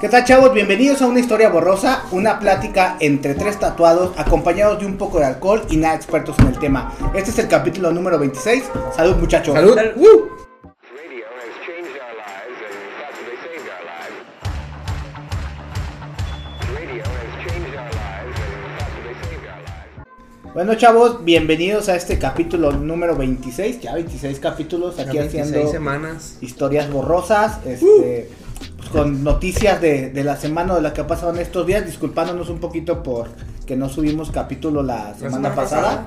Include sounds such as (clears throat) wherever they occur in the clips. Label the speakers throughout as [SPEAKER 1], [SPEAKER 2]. [SPEAKER 1] ¿Qué tal chavos? Bienvenidos a una historia borrosa, una plática entre tres tatuados acompañados de un poco de alcohol y nada expertos en el tema. Este es el capítulo número 26. Salud muchachos.
[SPEAKER 2] Salud. ¡Woo!
[SPEAKER 3] Radio has changed our lives and possibly saved our lives. Radio has changed our lives and possibly saved our lives.
[SPEAKER 1] Bueno chavos, bienvenidos a este capítulo número 26. Ya 26 capítulos aquí
[SPEAKER 2] Ya 26
[SPEAKER 1] haciendo
[SPEAKER 2] semanas.
[SPEAKER 1] historias borrosas. Este, pues, con noticias de, de la semana o de las que ha pasado en estos días. Disculpándonos un poquito por que no subimos capítulo la semana,
[SPEAKER 2] semana
[SPEAKER 1] pasada.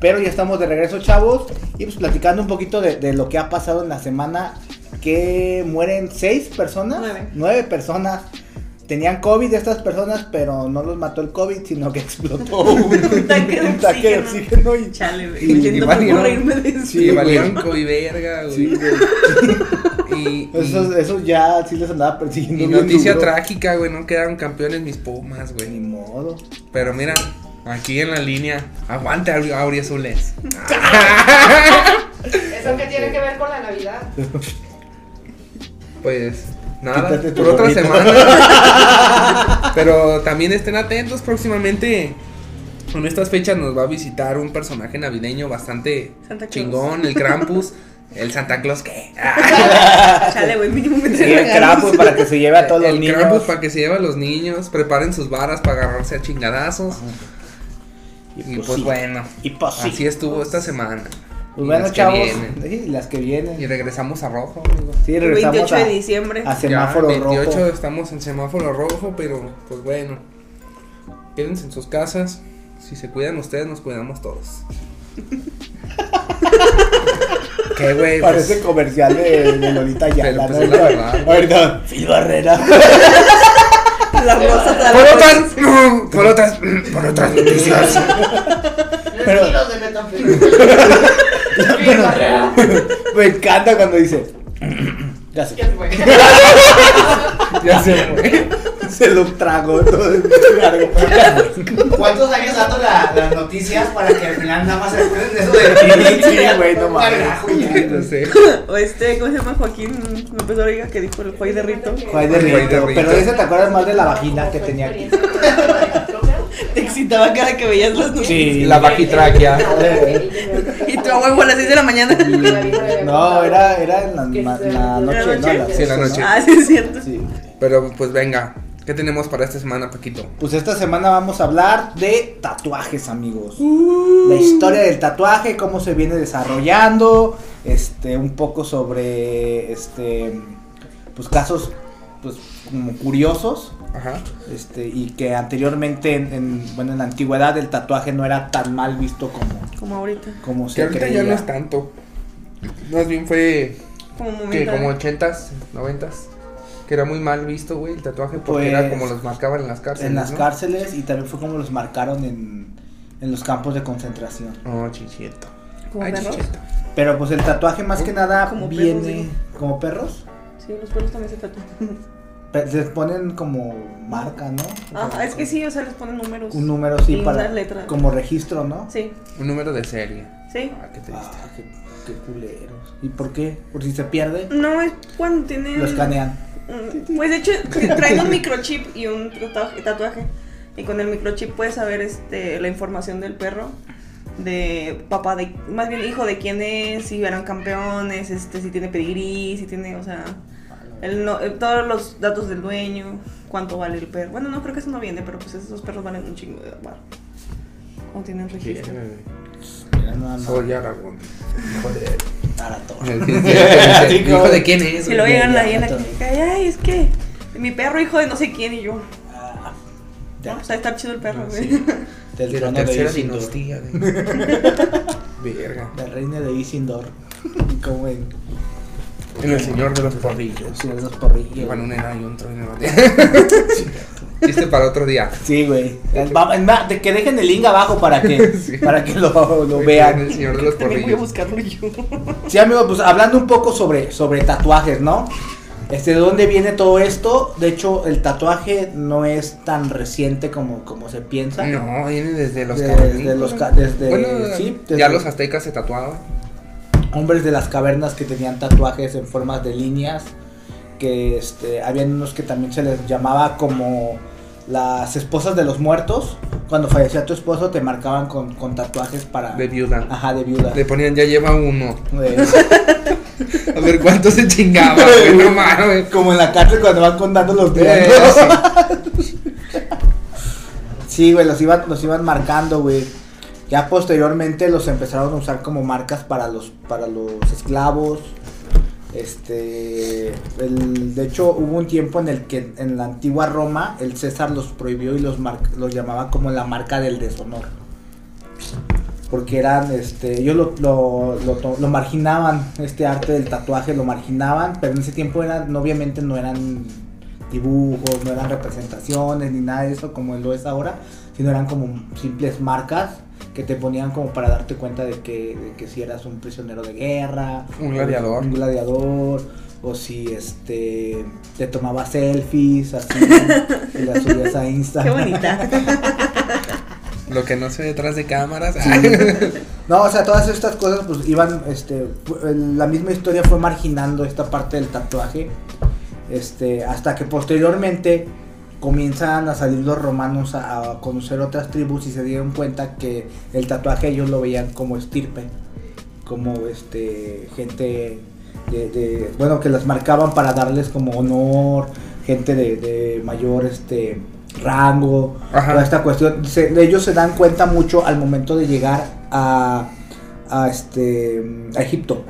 [SPEAKER 1] Pero ya estamos de regreso, chavos. Y pues platicando un poquito de, de lo que ha pasado en la semana. Que mueren seis personas.
[SPEAKER 4] Nueve.
[SPEAKER 1] personas. Tenían COVID estas personas, pero no los mató el COVID, sino que (laughs) explotó un,
[SPEAKER 4] (laughs) Un tanque de
[SPEAKER 1] un tanque de
[SPEAKER 4] oxígeno.
[SPEAKER 1] oxígeno y-
[SPEAKER 4] Chale, güey.
[SPEAKER 2] Y-
[SPEAKER 4] Me
[SPEAKER 2] y
[SPEAKER 4] siento muy
[SPEAKER 2] valieron.
[SPEAKER 4] reírme de eso.
[SPEAKER 2] Sí,
[SPEAKER 1] güey.
[SPEAKER 2] valieron COVID verga, güey.
[SPEAKER 1] Sí, güey.
[SPEAKER 2] Y, y-
[SPEAKER 1] Esos, esos ya sí les andaba
[SPEAKER 2] Mm. y
[SPEAKER 1] persiguiendo. bien
[SPEAKER 2] noticia
[SPEAKER 1] duro. Pues
[SPEAKER 2] trágica, güey. No quedaron campeones mis pumas,
[SPEAKER 1] Ni
[SPEAKER 2] güey.
[SPEAKER 1] modo.
[SPEAKER 2] Pero mira, aquí en la línea. Aguante, Auri- Auri Azules.
[SPEAKER 5] ¿Eso qué tiene que ver con la Navidad?
[SPEAKER 2] Pues nada,
[SPEAKER 1] Quítate tu
[SPEAKER 2] por otra
[SPEAKER 1] gorrito.
[SPEAKER 2] semana.
[SPEAKER 1] (laughs)
[SPEAKER 2] Pero también estén atentos próximamente. En estas fechas nos va a visitar un personaje navideño bastante
[SPEAKER 4] Santa Claus.
[SPEAKER 2] chingón, el Krampus,
[SPEAKER 4] (laughs)
[SPEAKER 2] el Santa Claus que.
[SPEAKER 4] Chale, güey, mínimo me
[SPEAKER 1] Sí, el Krampus para que se lleve a todos los
[SPEAKER 2] Eh, el
[SPEAKER 1] niños.
[SPEAKER 2] Krampus para que se lleve a los niños, preparen sus varas para agarrarse a chingadazos. Y pues
[SPEAKER 1] sí.
[SPEAKER 2] bueno,
[SPEAKER 1] Y pues sí.
[SPEAKER 2] así estuvo esta semana.
[SPEAKER 1] Pues
[SPEAKER 2] Y
[SPEAKER 1] bueno,
[SPEAKER 2] las que
[SPEAKER 1] chavos.
[SPEAKER 2] vienen.
[SPEAKER 1] sí, las que
[SPEAKER 2] Y
[SPEAKER 1] vienen.
[SPEAKER 2] regresamos a rojo, amigo.
[SPEAKER 1] Sí,
[SPEAKER 4] El
[SPEAKER 1] regresamos
[SPEAKER 4] 28
[SPEAKER 1] a,
[SPEAKER 4] de diciembre.
[SPEAKER 1] a
[SPEAKER 2] Ya,
[SPEAKER 1] semáforo
[SPEAKER 2] 28
[SPEAKER 1] rojo.
[SPEAKER 2] estamos en semáforo rojo, pero pues bueno. Quédense en sus casas. Si se cuidan ustedes, nos cuidamos todos.
[SPEAKER 1] (laughs)
[SPEAKER 2] ¿Qué, güey? pues,
[SPEAKER 1] Parece comercial de, de
[SPEAKER 6] (laughs)
[SPEAKER 1] Lolita Yala.
[SPEAKER 2] Pero, pues, es la verdad.
[SPEAKER 1] Ahorita, Phil Barrera.
[SPEAKER 4] (laughs)
[SPEAKER 1] (laughs)
[SPEAKER 4] La (laughs) rosa
[SPEAKER 2] Pues, por otras, (laughs) por otras, por otras noticias.
[SPEAKER 1] (laughs)
[SPEAKER 5] Tres
[SPEAKER 1] Pero-
[SPEAKER 5] kilos
[SPEAKER 1] (laughs)
[SPEAKER 5] de metanfetamina. Bien, Barrera.
[SPEAKER 1] Me encanta cuando dice. (clears throat) Ya
[SPEAKER 5] ¿Qué
[SPEAKER 1] se,
[SPEAKER 5] fue?
[SPEAKER 2] Ya se (laughs) fue.
[SPEAKER 1] se lo trago todo el largo.
[SPEAKER 6] (laughs) ¿Cuántos años dando la- las noticias para que al final nada más se acuerden de eso
[SPEAKER 1] Sí,
[SPEAKER 6] de
[SPEAKER 1] sí, güey, no
[SPEAKER 6] Carajo,
[SPEAKER 1] mames.
[SPEAKER 6] ya.
[SPEAKER 2] No sé.
[SPEAKER 4] O este, ¿cómo se llama? Joaquín López Origa que dijo el Juay de Rito.
[SPEAKER 1] Juan de
[SPEAKER 2] Juan de
[SPEAKER 1] Rito.
[SPEAKER 2] Rito.
[SPEAKER 1] Pero ese te acuerdas más de la vagina que tenía aquí.
[SPEAKER 4] Te excitaba cada que veías las noticias.
[SPEAKER 1] Sí. (laughs)
[SPEAKER 2] La baquitraquea.
[SPEAKER 4] Y tu huevo a las 6 de la mañana.
[SPEAKER 1] No, era, era en la, ma- la noche, ¿no? A las
[SPEAKER 2] Sí, en la
[SPEAKER 1] seis,
[SPEAKER 2] noche.
[SPEAKER 4] Ah, sí, es cierto.
[SPEAKER 1] Sí.
[SPEAKER 2] Pero pues venga, ¿qué tenemos para esta semana, Paquito?
[SPEAKER 1] Pues esta semana vamos a hablar de tatuajes, amigos.
[SPEAKER 2] Uh.
[SPEAKER 1] La historia del tatuaje, cómo se viene desarrollando, este, un poco sobre, este, pues casos, pues como curiosos,
[SPEAKER 2] Ajá.
[SPEAKER 1] este, y que anteriormente, en, en- bueno, en la antigüedad el tatuaje no era tan mal visto como,
[SPEAKER 4] Como ahorita.
[SPEAKER 1] como
[SPEAKER 2] Que
[SPEAKER 1] se
[SPEAKER 2] ahorita
[SPEAKER 1] Pues, creía.
[SPEAKER 2] ya no es tanto. Más bien fue
[SPEAKER 4] Como
[SPEAKER 2] Que
[SPEAKER 4] momento.
[SPEAKER 2] como 80s, 90s. Que era muy mal visto, güey, el tatuaje porque era
[SPEAKER 1] Pues,
[SPEAKER 2] como los marcaban en las cárceles.
[SPEAKER 1] en las
[SPEAKER 2] ¿no?
[SPEAKER 1] cárceles y también fue como los marcaron en, en los campos de concentración.
[SPEAKER 2] No, Oh, chichito.
[SPEAKER 4] Como
[SPEAKER 2] Ay,
[SPEAKER 4] perros.
[SPEAKER 2] chichito.
[SPEAKER 1] Pero pues el tatuaje más que nada
[SPEAKER 4] ¿Eh? Como perros,
[SPEAKER 1] viene
[SPEAKER 4] digo.
[SPEAKER 1] como perros.
[SPEAKER 4] Sí, los perros también se (laughs) tatúan.
[SPEAKER 1] Pe- Les ponen como marca, ¿no? O
[SPEAKER 4] Ah,
[SPEAKER 1] sea,
[SPEAKER 4] es que sí, o sea, les ponen números.
[SPEAKER 1] Un número sí
[SPEAKER 4] Y
[SPEAKER 1] para.
[SPEAKER 4] unas letras.
[SPEAKER 1] Como registro, ¿no?
[SPEAKER 4] Sí,
[SPEAKER 2] Un número de serie.
[SPEAKER 4] sí.
[SPEAKER 2] Ah, qué triste.
[SPEAKER 1] Ah, qué, qué culeros. ¿Y por qué? Por si se pierde,
[SPEAKER 4] No, es cuando tienen.
[SPEAKER 1] lo escanean.
[SPEAKER 4] Mm, Pues de hecho traen un microchip y un tatuaje, tatuaje. Y con el microchip puedes saber este, la información del perro, de papá, de, más bien hijo de quién es, si eran campeones, este, si tiene pedigrí, si tiene, o sea, el no- eh, todos los datos del dueño, cuánto vale el perro. Bueno, no creo que eso no viene, pero pues esos perros valen un chingo de barro. O tienen registro.
[SPEAKER 1] eh, Mira, Ah, no, no,
[SPEAKER 2] eh, Soy Aragón. (laughs) Joder.
[SPEAKER 1] tarato. (laughs)
[SPEAKER 2] El dice,
[SPEAKER 1] Sí, ah,
[SPEAKER 2] "Hijo
[SPEAKER 1] como-
[SPEAKER 2] de quién es?
[SPEAKER 4] Si lo
[SPEAKER 2] güey?"
[SPEAKER 4] llegan
[SPEAKER 1] ya,
[SPEAKER 4] ahí en la
[SPEAKER 1] ya,
[SPEAKER 4] clínica, y, ay, es que mi perro hijo de no sé quién y yo.
[SPEAKER 1] Ah,
[SPEAKER 4] No,
[SPEAKER 1] ya,
[SPEAKER 4] pues ahí está chido el perro,
[SPEAKER 2] Ah,
[SPEAKER 4] güey.
[SPEAKER 2] sí.
[SPEAKER 1] Del
[SPEAKER 2] De la
[SPEAKER 1] trono de
[SPEAKER 2] tercera
[SPEAKER 1] Isildur.
[SPEAKER 2] dinastía, güey.
[SPEAKER 1] (laughs)
[SPEAKER 2] Verga.
[SPEAKER 1] Del reino de (laughs) Isindor. como en
[SPEAKER 2] En el señor de los porrillos.
[SPEAKER 1] si los porrillos.
[SPEAKER 2] Llevan un enano y
[SPEAKER 1] (laughs)
[SPEAKER 2] un trueno. Chiste para otro día.
[SPEAKER 1] Sí, güey. El- va- es más, de que dejen el link abajo para que,
[SPEAKER 2] (laughs) Sí.
[SPEAKER 1] para que lo, lo
[SPEAKER 2] En
[SPEAKER 1] vean.
[SPEAKER 2] El señor de los
[SPEAKER 4] También voy a
[SPEAKER 2] porrillos.
[SPEAKER 4] buscarlo yo.
[SPEAKER 1] Sí, amigo, pues hablando un poco sobre, sobre tatuajes, ¿no? Este, ¿de dónde viene todo esto? De hecho, el tatuaje no es tan reciente como, como se piensa.
[SPEAKER 2] No, viene desde los
[SPEAKER 1] desde,
[SPEAKER 2] cavernícolas.
[SPEAKER 1] desde los ca- desde,
[SPEAKER 2] Bueno,
[SPEAKER 1] sí,
[SPEAKER 2] ya
[SPEAKER 1] desde
[SPEAKER 2] los aztecas se tatuaban.
[SPEAKER 1] hombres de las cavernas que tenían tatuajes en formas de líneas, que este, habían unos que también se les llamaba como las esposas de los muertos. Cuando fallecía tu esposo te marcaban con, con tatuajes para...
[SPEAKER 2] De viuda.
[SPEAKER 1] Ajá, de viuda.
[SPEAKER 2] Le ponían, ya lleva uno.
[SPEAKER 1] Eh,
[SPEAKER 2] A ver cuánto se chingaba,
[SPEAKER 1] (laughs)
[SPEAKER 2] güey. No mames.
[SPEAKER 1] (laughs) como en la cárcel cuando van contando los días.
[SPEAKER 2] Eh,
[SPEAKER 1] ¿no?
[SPEAKER 2] sí.
[SPEAKER 1] Sí, güey, los iban, los iban marcando, güey. Ya posteriormente los empezaron a usar como marcas para los, para los esclavos. Este, el- de hecho, hubo un tiempo en el que en la antigua Roma el César los prohibió y los, mar- los llamaba como la marca del deshonor. Porque eran, este, ellos lo, lo, lo to- lo marginaban, este arte del tatuaje lo marginaban, pero en ese tiempo eran, obviamente no eran dibujos, no eran representaciones ni nada de eso como lo es ahora, sino eran como simples marcas que te ponían como para darte cuenta de que, de que si eras un prisionero de guerra,
[SPEAKER 2] Un gladiador.
[SPEAKER 1] un gladiador, o si este te tomabas selfies
[SPEAKER 2] (laughs)
[SPEAKER 1] así y las subías a
[SPEAKER 4] (laughs) Qué
[SPEAKER 1] Instagram.
[SPEAKER 4] bonita.
[SPEAKER 2] Lo que no se ve detrás de cámaras.
[SPEAKER 1] No, o sea, todas estas cosas pues iban, este, fu- el- la misma historia fue marginando esta parte del tatuaje, este, hasta que posteriormente comienzan a salir los romanos a, a conocer otras tribus y se dieron cuenta que el tatuaje ellos lo veían como estirpe, como este, gente de, de- bueno, que las marcaban para darles como honor, gente de, de mayor, este, rango,
[SPEAKER 2] Ajá.
[SPEAKER 1] toda esta cuestión. Se- ellos se dan cuenta mucho al momento de llegar a, a, este, a Egipto.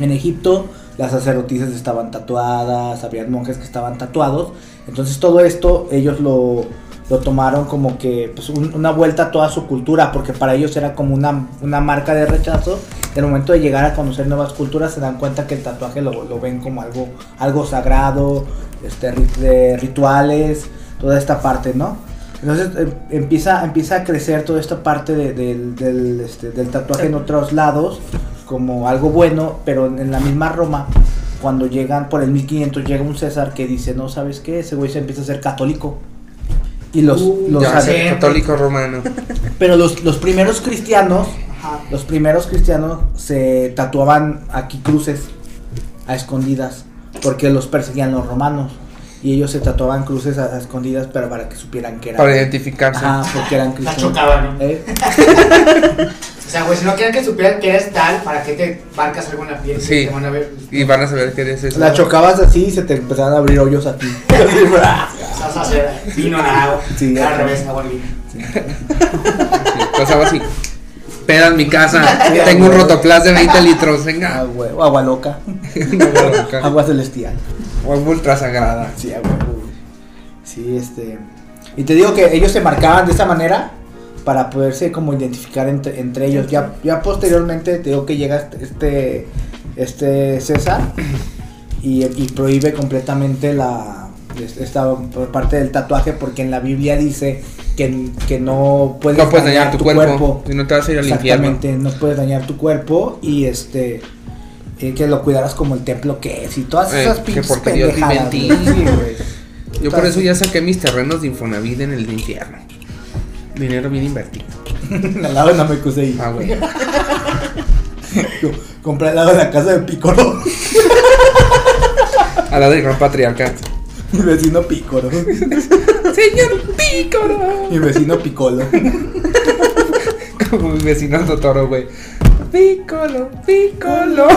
[SPEAKER 1] En Egipto las sacerdotisas estaban tatuadas, había monjes que estaban tatuados. Entonces todo esto ellos lo, lo tomaron como que pues, un- una vuelta a toda su cultura, porque para ellos era como una, una marca de rechazo. En el momento de llegar a conocer nuevas culturas se dan cuenta que el tatuaje lo, lo ven como algo, algo sagrado, este, ri- de rituales, toda esta parte, ¿no? Entonces em- empieza, empieza a crecer toda esta parte de- del- del, este, del tatuaje en otros lados como algo bueno, pero en en la misma Roma, cuando llegan por el 1500, llega un César que dice, no, ¿sabes qué? Ese güey se empieza a ser católico. Y los, los
[SPEAKER 2] Uh, ya,
[SPEAKER 1] sabe-
[SPEAKER 2] sé, católico romano.
[SPEAKER 1] pero los, los primeros cristianos,
[SPEAKER 6] Ajá.
[SPEAKER 1] los primeros cristianos se tatuaban aquí cruces a escondidas, porque los perseguían los romanos. Y ellos se tatuaban cruces a, a escondidas, pero para que supieran que eran.
[SPEAKER 2] Para identificarse.
[SPEAKER 1] Ajá, porque eran
[SPEAKER 6] La
[SPEAKER 1] cristianos.
[SPEAKER 6] chocaban, ¿no?
[SPEAKER 1] ¿Eh?
[SPEAKER 6] O sea, güey, si no quieren que supieran que eres tal, ¿para qué te marcas algo en la piel?
[SPEAKER 2] Sí.
[SPEAKER 6] Te van a ver.
[SPEAKER 2] Y van a saber que eres eso.
[SPEAKER 1] La chocabas así y se te empezaban a abrir hoyos aquí. Así, ¡bra!
[SPEAKER 6] Vas a hacer vino, nada.
[SPEAKER 1] Sí,
[SPEAKER 6] Era
[SPEAKER 1] ajá.
[SPEAKER 6] al revés, agua al vino.
[SPEAKER 2] Sí, pues algo así. Peda en mi casa.
[SPEAKER 1] (laughs) Sí,
[SPEAKER 2] Tengo un
[SPEAKER 1] güey.
[SPEAKER 2] rotoplas de 20 litros.
[SPEAKER 1] Ah,
[SPEAKER 2] Venga.
[SPEAKER 1] huevo, agua loca.
[SPEAKER 2] (laughs) Ah,
[SPEAKER 1] Agua celestial.
[SPEAKER 2] O ultra sagrada.
[SPEAKER 1] Sí, a huevo, güey. Sí, este. Y te digo que ellos se marcaban de esa manera para poderse como identificar entre, entre ellos. Ya, ya posteriormente te digo que llega este- este, este César y, y prohíbe completamente la es- esta parte del tatuaje porque en la Biblia dice que, que no puedes,
[SPEAKER 2] No puedes dañar tu cuerpo. Si no te vas a ir al infierno.
[SPEAKER 1] Exactamente, no puedes dañar tu cuerpo y este eh, que lo cuidaras como el templo que es y todas
[SPEAKER 2] Eh,
[SPEAKER 1] esas
[SPEAKER 2] que
[SPEAKER 1] pinches
[SPEAKER 2] porque Dios vive en
[SPEAKER 1] pendejadas.
[SPEAKER 2] ti.
[SPEAKER 1] güey. Sí, güey.
[SPEAKER 2] Yo por eso ya saqué mis terrenos de Infonavit en el infierno. Dinero bien invertido.
[SPEAKER 1] (laughs) Al lado de Namekusei.
[SPEAKER 2] Ah, güey.
[SPEAKER 1] Yo Compré al lado de la casa de Picoro.
[SPEAKER 2] A la del gran patriarca.
[SPEAKER 1] (laughs)
[SPEAKER 2] (laughs)
[SPEAKER 1] Mi vecino Picoro.
[SPEAKER 2] Señor Pícoro.
[SPEAKER 1] Mi vecino Picolo.
[SPEAKER 2] Como mi vecino Totoro, güey. Pícolo, pícolo.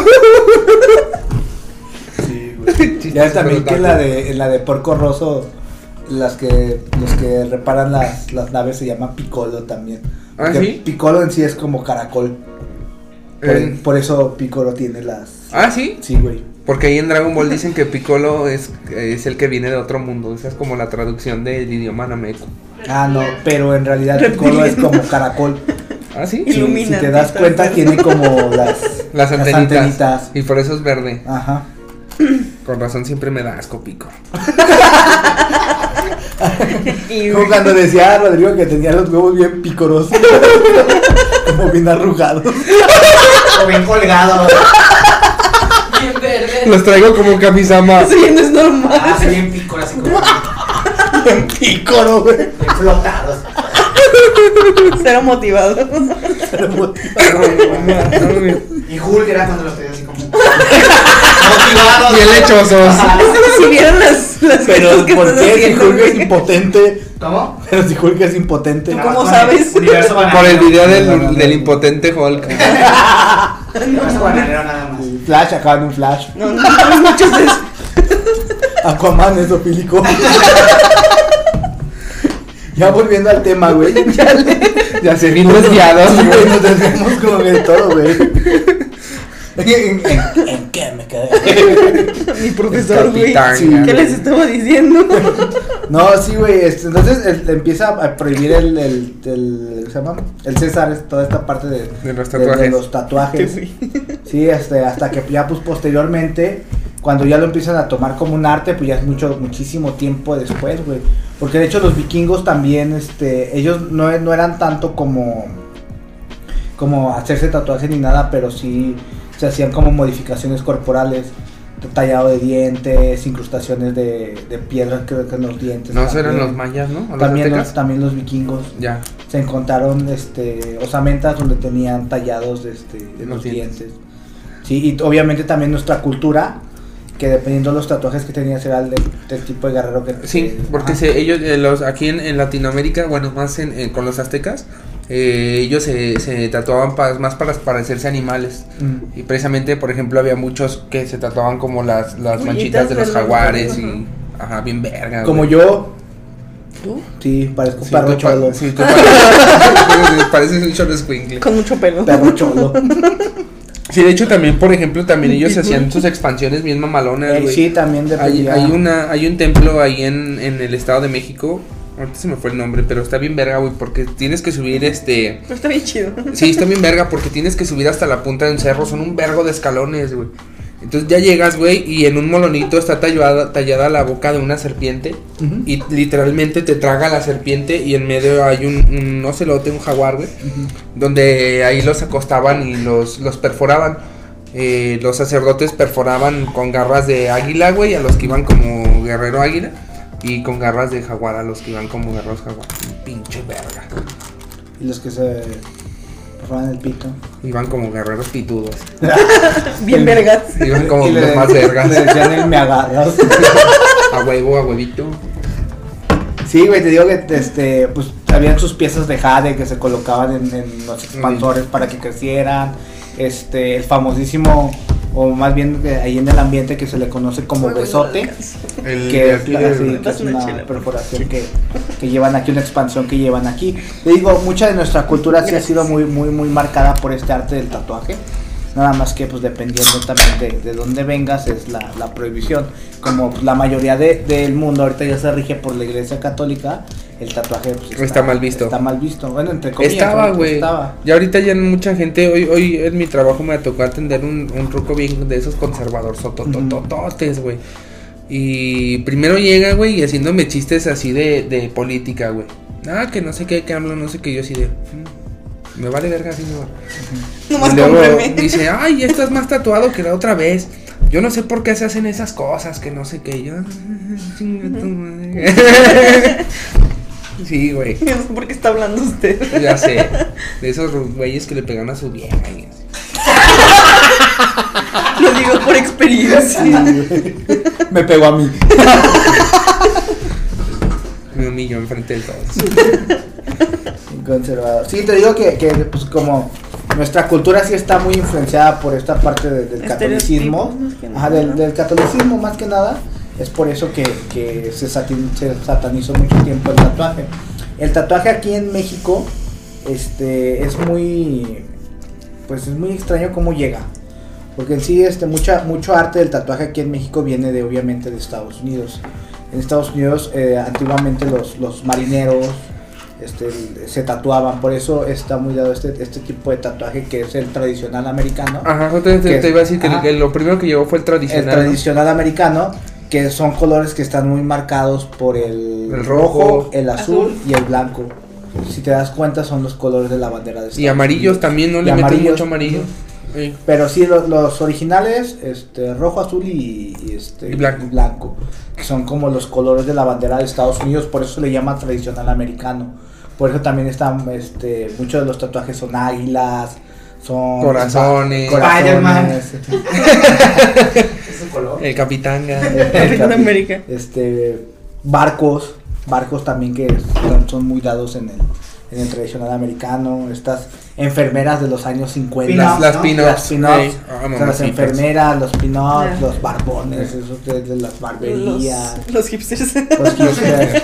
[SPEAKER 1] Sí,
[SPEAKER 2] (laughs)
[SPEAKER 1] güey. Ya también que en la de, en la de Porco Rosso, las que, los que reparan las, las naves se llama Picolo también.
[SPEAKER 2] ¿Ah,
[SPEAKER 1] Porque
[SPEAKER 2] sí?
[SPEAKER 1] Picolo en sí es como caracol. Por,
[SPEAKER 2] Eh.
[SPEAKER 1] por eso Picoro tiene las.
[SPEAKER 2] Ah, sí.
[SPEAKER 1] Sí, güey.
[SPEAKER 2] Porque ahí en Dragon Ball dicen que Piccolo es, es el que viene de otro mundo. Esa es como la traducción del idioma Nameco.
[SPEAKER 1] Ah, no, pero en realidad Piccolo es como caracol.
[SPEAKER 4] (laughs)
[SPEAKER 2] ¿Ah, sí?
[SPEAKER 1] Sí,
[SPEAKER 4] Ilumina,
[SPEAKER 1] si te das
[SPEAKER 4] pita,
[SPEAKER 1] cuenta,
[SPEAKER 4] perdón.
[SPEAKER 1] tiene como las,
[SPEAKER 4] (laughs)
[SPEAKER 2] Las antenitas.
[SPEAKER 1] antenitas.
[SPEAKER 2] Y por eso es verde.
[SPEAKER 1] Ajá.
[SPEAKER 2] Con razón siempre me da asco, Piccolo.
[SPEAKER 4] Y- (laughs)
[SPEAKER 1] Como cuando decía Rodrigo que tenía los huevos bien picorosos, (laughs) como bien arrugados.
[SPEAKER 6] O bien colgado.
[SPEAKER 5] Bien verde.
[SPEAKER 2] Los traigo como camisama.
[SPEAKER 4] Eso ya no es normal. (laughs)
[SPEAKER 6] Ah, sí, bien picor, así como bien
[SPEAKER 1] Bien pícoro, güey.
[SPEAKER 6] flotados.
[SPEAKER 4] Cero
[SPEAKER 2] (laughs)
[SPEAKER 4] motivado.
[SPEAKER 1] Pero, pues,
[SPEAKER 6] Y Hulk era cuando los tenía así como. motivados.
[SPEAKER 2] Bien lechosos.
[SPEAKER 1] Ah,
[SPEAKER 4] Es como si vieran las, las
[SPEAKER 1] Pero
[SPEAKER 4] cosas que
[SPEAKER 1] ¿por
[SPEAKER 4] estás
[SPEAKER 1] qué si
[SPEAKER 4] haciendo,
[SPEAKER 1] Hulk es
[SPEAKER 4] güey.
[SPEAKER 1] impotente?
[SPEAKER 6] ¿Cómo?
[SPEAKER 1] Pero si Hulk es impotente.
[SPEAKER 4] ¿Tú cómo sabes?
[SPEAKER 6] Universo bananero.
[SPEAKER 2] Por el
[SPEAKER 6] (laughs)
[SPEAKER 2] video del, del impotente Hulk.
[SPEAKER 6] Universo bananero nada más.
[SPEAKER 1] Flash, acaba en un flash.
[SPEAKER 4] No, no, no, no, muchos de esos.
[SPEAKER 1] (laughs) Aquaman es zoofílico. (laughs) ya volviendo al tema,
[SPEAKER 4] (laughs)
[SPEAKER 1] güey. ya
[SPEAKER 2] Ya
[SPEAKER 1] (laughs)
[SPEAKER 2] se vino desviados.
[SPEAKER 1] Sí, güey, nos desviamos como de todo, güey. (laughs) ¿En, en- en qué me quedé?
[SPEAKER 4] Mi profesor, güey.
[SPEAKER 2] Capitán,
[SPEAKER 1] Sí.
[SPEAKER 2] ya.
[SPEAKER 4] ¿Qué les estaba diciendo?
[SPEAKER 1] No, sí, güey. este, entonces el- empieza a prohibir el, el, el- ¿cómo se llama? El César, es toda esta parte de,
[SPEAKER 2] De los tatuajes.
[SPEAKER 1] los tatuajes.
[SPEAKER 2] (laughs)
[SPEAKER 1] Sí, este, hasta que ya pues posteriormente, cuando ya lo empiezan a tomar como un arte, pues ya es mucho, muchísimo tiempo después, güey. Porque de hecho los vikingos también, este, ellos no, e- no eran tanto como, como hacerse tatuajes ni nada, pero sí se hacían como modificaciones corporales. Tallado de dientes, incrustaciones de, de piedras, creo que en los dientes.
[SPEAKER 2] No, eso eran
[SPEAKER 1] también.
[SPEAKER 2] los mayas, ¿no? ¿O los
[SPEAKER 1] También los,
[SPEAKER 2] aztecas?
[SPEAKER 1] también los vikingos
[SPEAKER 2] Ya.
[SPEAKER 1] se encontraron este osamentas donde tenían tallados de, este, de
[SPEAKER 2] Los
[SPEAKER 1] los
[SPEAKER 2] dientes.
[SPEAKER 1] dientes. Sí, y obviamente también nuestra cultura, que dependiendo de los tatuajes que tenías era el del, del tipo de guerrero que
[SPEAKER 2] Sí,
[SPEAKER 1] que-
[SPEAKER 2] porque
[SPEAKER 1] ajá.
[SPEAKER 2] se- ellos, eh, los, aquí en, en Latinoamérica, bueno, más en, en- con los aztecas, eh, ellos se, se tatuaban pa- más para parecerse animales.
[SPEAKER 1] Mm.
[SPEAKER 2] Y precisamente, por ejemplo, había muchos que se tatuaban como las, las
[SPEAKER 4] Huellitas
[SPEAKER 2] manchitas de
[SPEAKER 4] de
[SPEAKER 2] los
[SPEAKER 4] los-
[SPEAKER 2] jaguares
[SPEAKER 4] ajá.
[SPEAKER 2] y... Ajá, bien verga.
[SPEAKER 1] Como
[SPEAKER 2] güey.
[SPEAKER 1] yo,
[SPEAKER 4] ¿Tú?
[SPEAKER 1] sí, parezco
[SPEAKER 2] Sí,
[SPEAKER 1] perro
[SPEAKER 2] tú pa- (laughs)
[SPEAKER 1] cholo.
[SPEAKER 2] sí, tú pareces- pareces un cholo escuincle.
[SPEAKER 4] Con mucho
[SPEAKER 2] (laughs)
[SPEAKER 4] pelo.
[SPEAKER 1] Perro cholo.
[SPEAKER 2] Sí, de hecho también, por ejemplo, también ellos hacían sus expansiones bien mamalonas,
[SPEAKER 1] Eh,
[SPEAKER 2] güey.
[SPEAKER 1] sí, también
[SPEAKER 2] Hay,
[SPEAKER 1] dependía.
[SPEAKER 2] hay una, hay un templo ahí en, en el Estado de México. Ahorita se me fue el nombre, pero está bien verga, güey, porque tienes que subir este...
[SPEAKER 4] Pero está bien chido.
[SPEAKER 2] Sí, está bien verga porque tienes que subir hasta la punta de un cerro, son un vergo de escalones, güey. Entonces ya llegas, güey, y en un molonito está tallada, tallada la boca de una serpiente
[SPEAKER 1] Ujú.
[SPEAKER 2] y literalmente te traga la serpiente y en medio hay un, un ocelote, un jaguar, güey, donde ahí los acostaban y los, los perforaban. Eh, los sacerdotes perforaban con garras de águila, güey, a los que iban como guerrero águila y con garras de jaguar a los que iban como guerreros jaguar. Pinche verga.
[SPEAKER 1] Y los que se roban el pito.
[SPEAKER 2] Iban como guerreros pitudos.
[SPEAKER 4] Bien vergas.
[SPEAKER 2] Iban
[SPEAKER 1] (laughs)
[SPEAKER 2] como
[SPEAKER 1] Y le-
[SPEAKER 2] los más
[SPEAKER 1] Le
[SPEAKER 2] vergas.
[SPEAKER 1] decían el me agarras.
[SPEAKER 2] (laughs) A huevo, a huevito.
[SPEAKER 1] Sí, güey, te digo que este, pues habían sus piezas de jade que se colocaban en, en los expansores para que crecieran. Este, el famosísimo, o más bien eh, ahí en el ambiente que se le conoce como besote,
[SPEAKER 2] El
[SPEAKER 1] que es,
[SPEAKER 2] de-
[SPEAKER 1] así, que es
[SPEAKER 4] Pásame
[SPEAKER 1] una
[SPEAKER 4] chela, por
[SPEAKER 1] perforación que, que llevan aquí, una expansión que llevan aquí. Te digo, mucha de nuestra cultura sí ha sido muy, muy, muy marcada por este arte del tatuaje. Nada más que pues dependiendo también de, de dónde vengas es la, la prohibición. Como pues, la mayoría de- del mundo ahorita ya se rige por la iglesia católica, el tatuaje pues,
[SPEAKER 2] Está mal visto.
[SPEAKER 1] Está mal visto. Bueno, entre comillas.
[SPEAKER 2] Estaba,
[SPEAKER 1] ¿no?
[SPEAKER 2] güey.
[SPEAKER 1] pues
[SPEAKER 2] (laughs)
[SPEAKER 1] Estaba.
[SPEAKER 2] Ya ahorita ya mucha gente, hoy, hoy en mi trabajo me tocó atender un, un ruco bien de esos conservadores sotototototes, güey. Y primero llega, güey, y haciéndome chistes así de, de política, güey. Ah, que no sé qué, que hablo, no sé qué, yo así de. "Mm, Me vale verga, señor.
[SPEAKER 4] Nomás
[SPEAKER 2] Y luego
[SPEAKER 4] cómprame.
[SPEAKER 2] dice, ay, estás más tatuado que la otra vez. Yo no sé por qué se hacen esas cosas, que no sé qué. Yo, "Ah, "Chinga tu madre". (laughs) sí, güey.
[SPEAKER 4] (laughs) Yo no sé por qué está hablando usted. (laughs)
[SPEAKER 2] Ya sé. De esos güeyes que le pegan a su vieja. y así.
[SPEAKER 4] Lo digo
[SPEAKER 1] (laughs)
[SPEAKER 4] por experiencia.
[SPEAKER 1] Me pegó a mí.
[SPEAKER 2] Me humilló enfrente de todos.
[SPEAKER 1] Conservador. Sí, te digo que, que, pues como nuestra cultura sí está muy influenciada por esta parte de- del catolicismo.
[SPEAKER 4] Estereotipos, más que nada,
[SPEAKER 1] Ajá, del,
[SPEAKER 4] ¿no?
[SPEAKER 1] del catolicismo más que nada. Es por eso que, que se, satin- se satanizó mucho tiempo el tatuaje. El tatuaje aquí en México este, es muy... Pues es muy extraño cómo llega. Porque en sí, este, mucha, mucho arte del tatuaje aquí en México viene de, obviamente, de Estados Unidos. En Estados Unidos, eh, antiguamente los, los marineros este, el- se tatuaban, por eso está muy dado este, este tipo de tatuaje que es el tradicional americano.
[SPEAKER 2] Ajá, te, te-
[SPEAKER 1] ¿Qué?
[SPEAKER 2] te iba a decir que,
[SPEAKER 1] Ajá.
[SPEAKER 2] que lo primero que llegó fue el
[SPEAKER 1] el
[SPEAKER 2] Ah, tradicional. ¿no?
[SPEAKER 1] tradicional americano, que son colores que están muy marcados por el,
[SPEAKER 2] El rojo,
[SPEAKER 1] el azul,
[SPEAKER 4] azul.
[SPEAKER 1] y el blanco. Si te das cuenta, son los colores de la bandera de Estados
[SPEAKER 2] Y amarillos
[SPEAKER 1] Unidos.
[SPEAKER 2] también, ¿no?
[SPEAKER 1] Y
[SPEAKER 2] Le meten
[SPEAKER 1] amarillos.
[SPEAKER 2] mucho amarillo. Sí.
[SPEAKER 1] Pero sí, lo- los, originales, este, rojo, azul y, y este,
[SPEAKER 2] Y blanco.
[SPEAKER 1] que son como los colores de la bandera de Estados Unidos, por eso se le llama tradicional americano. Por eso también están, este, muchos de los tatuajes son águilas, son... este,
[SPEAKER 2] Corazones.
[SPEAKER 4] (laughs)
[SPEAKER 1] corazones.
[SPEAKER 6] Spider-Man. su color.
[SPEAKER 2] El capitanga.
[SPEAKER 4] Capitán América.
[SPEAKER 1] Este, barcos, barcos también que son- son muy dados en el, en el tradicional americano. Estas enfermeras de los años 50.
[SPEAKER 6] Pin-ups,
[SPEAKER 2] Las, las
[SPEAKER 6] ¿no?
[SPEAKER 2] pin-ups.
[SPEAKER 1] Las pin-ups,
[SPEAKER 2] Ey, ah,
[SPEAKER 1] o sea, las
[SPEAKER 2] mamacitas.
[SPEAKER 1] enfermeras, los pin-ups,
[SPEAKER 4] Ya.
[SPEAKER 1] los barbones, eso de, de las
[SPEAKER 4] Los,
[SPEAKER 1] barberías,
[SPEAKER 4] los hipsters.
[SPEAKER 1] (laughs) los hipsters,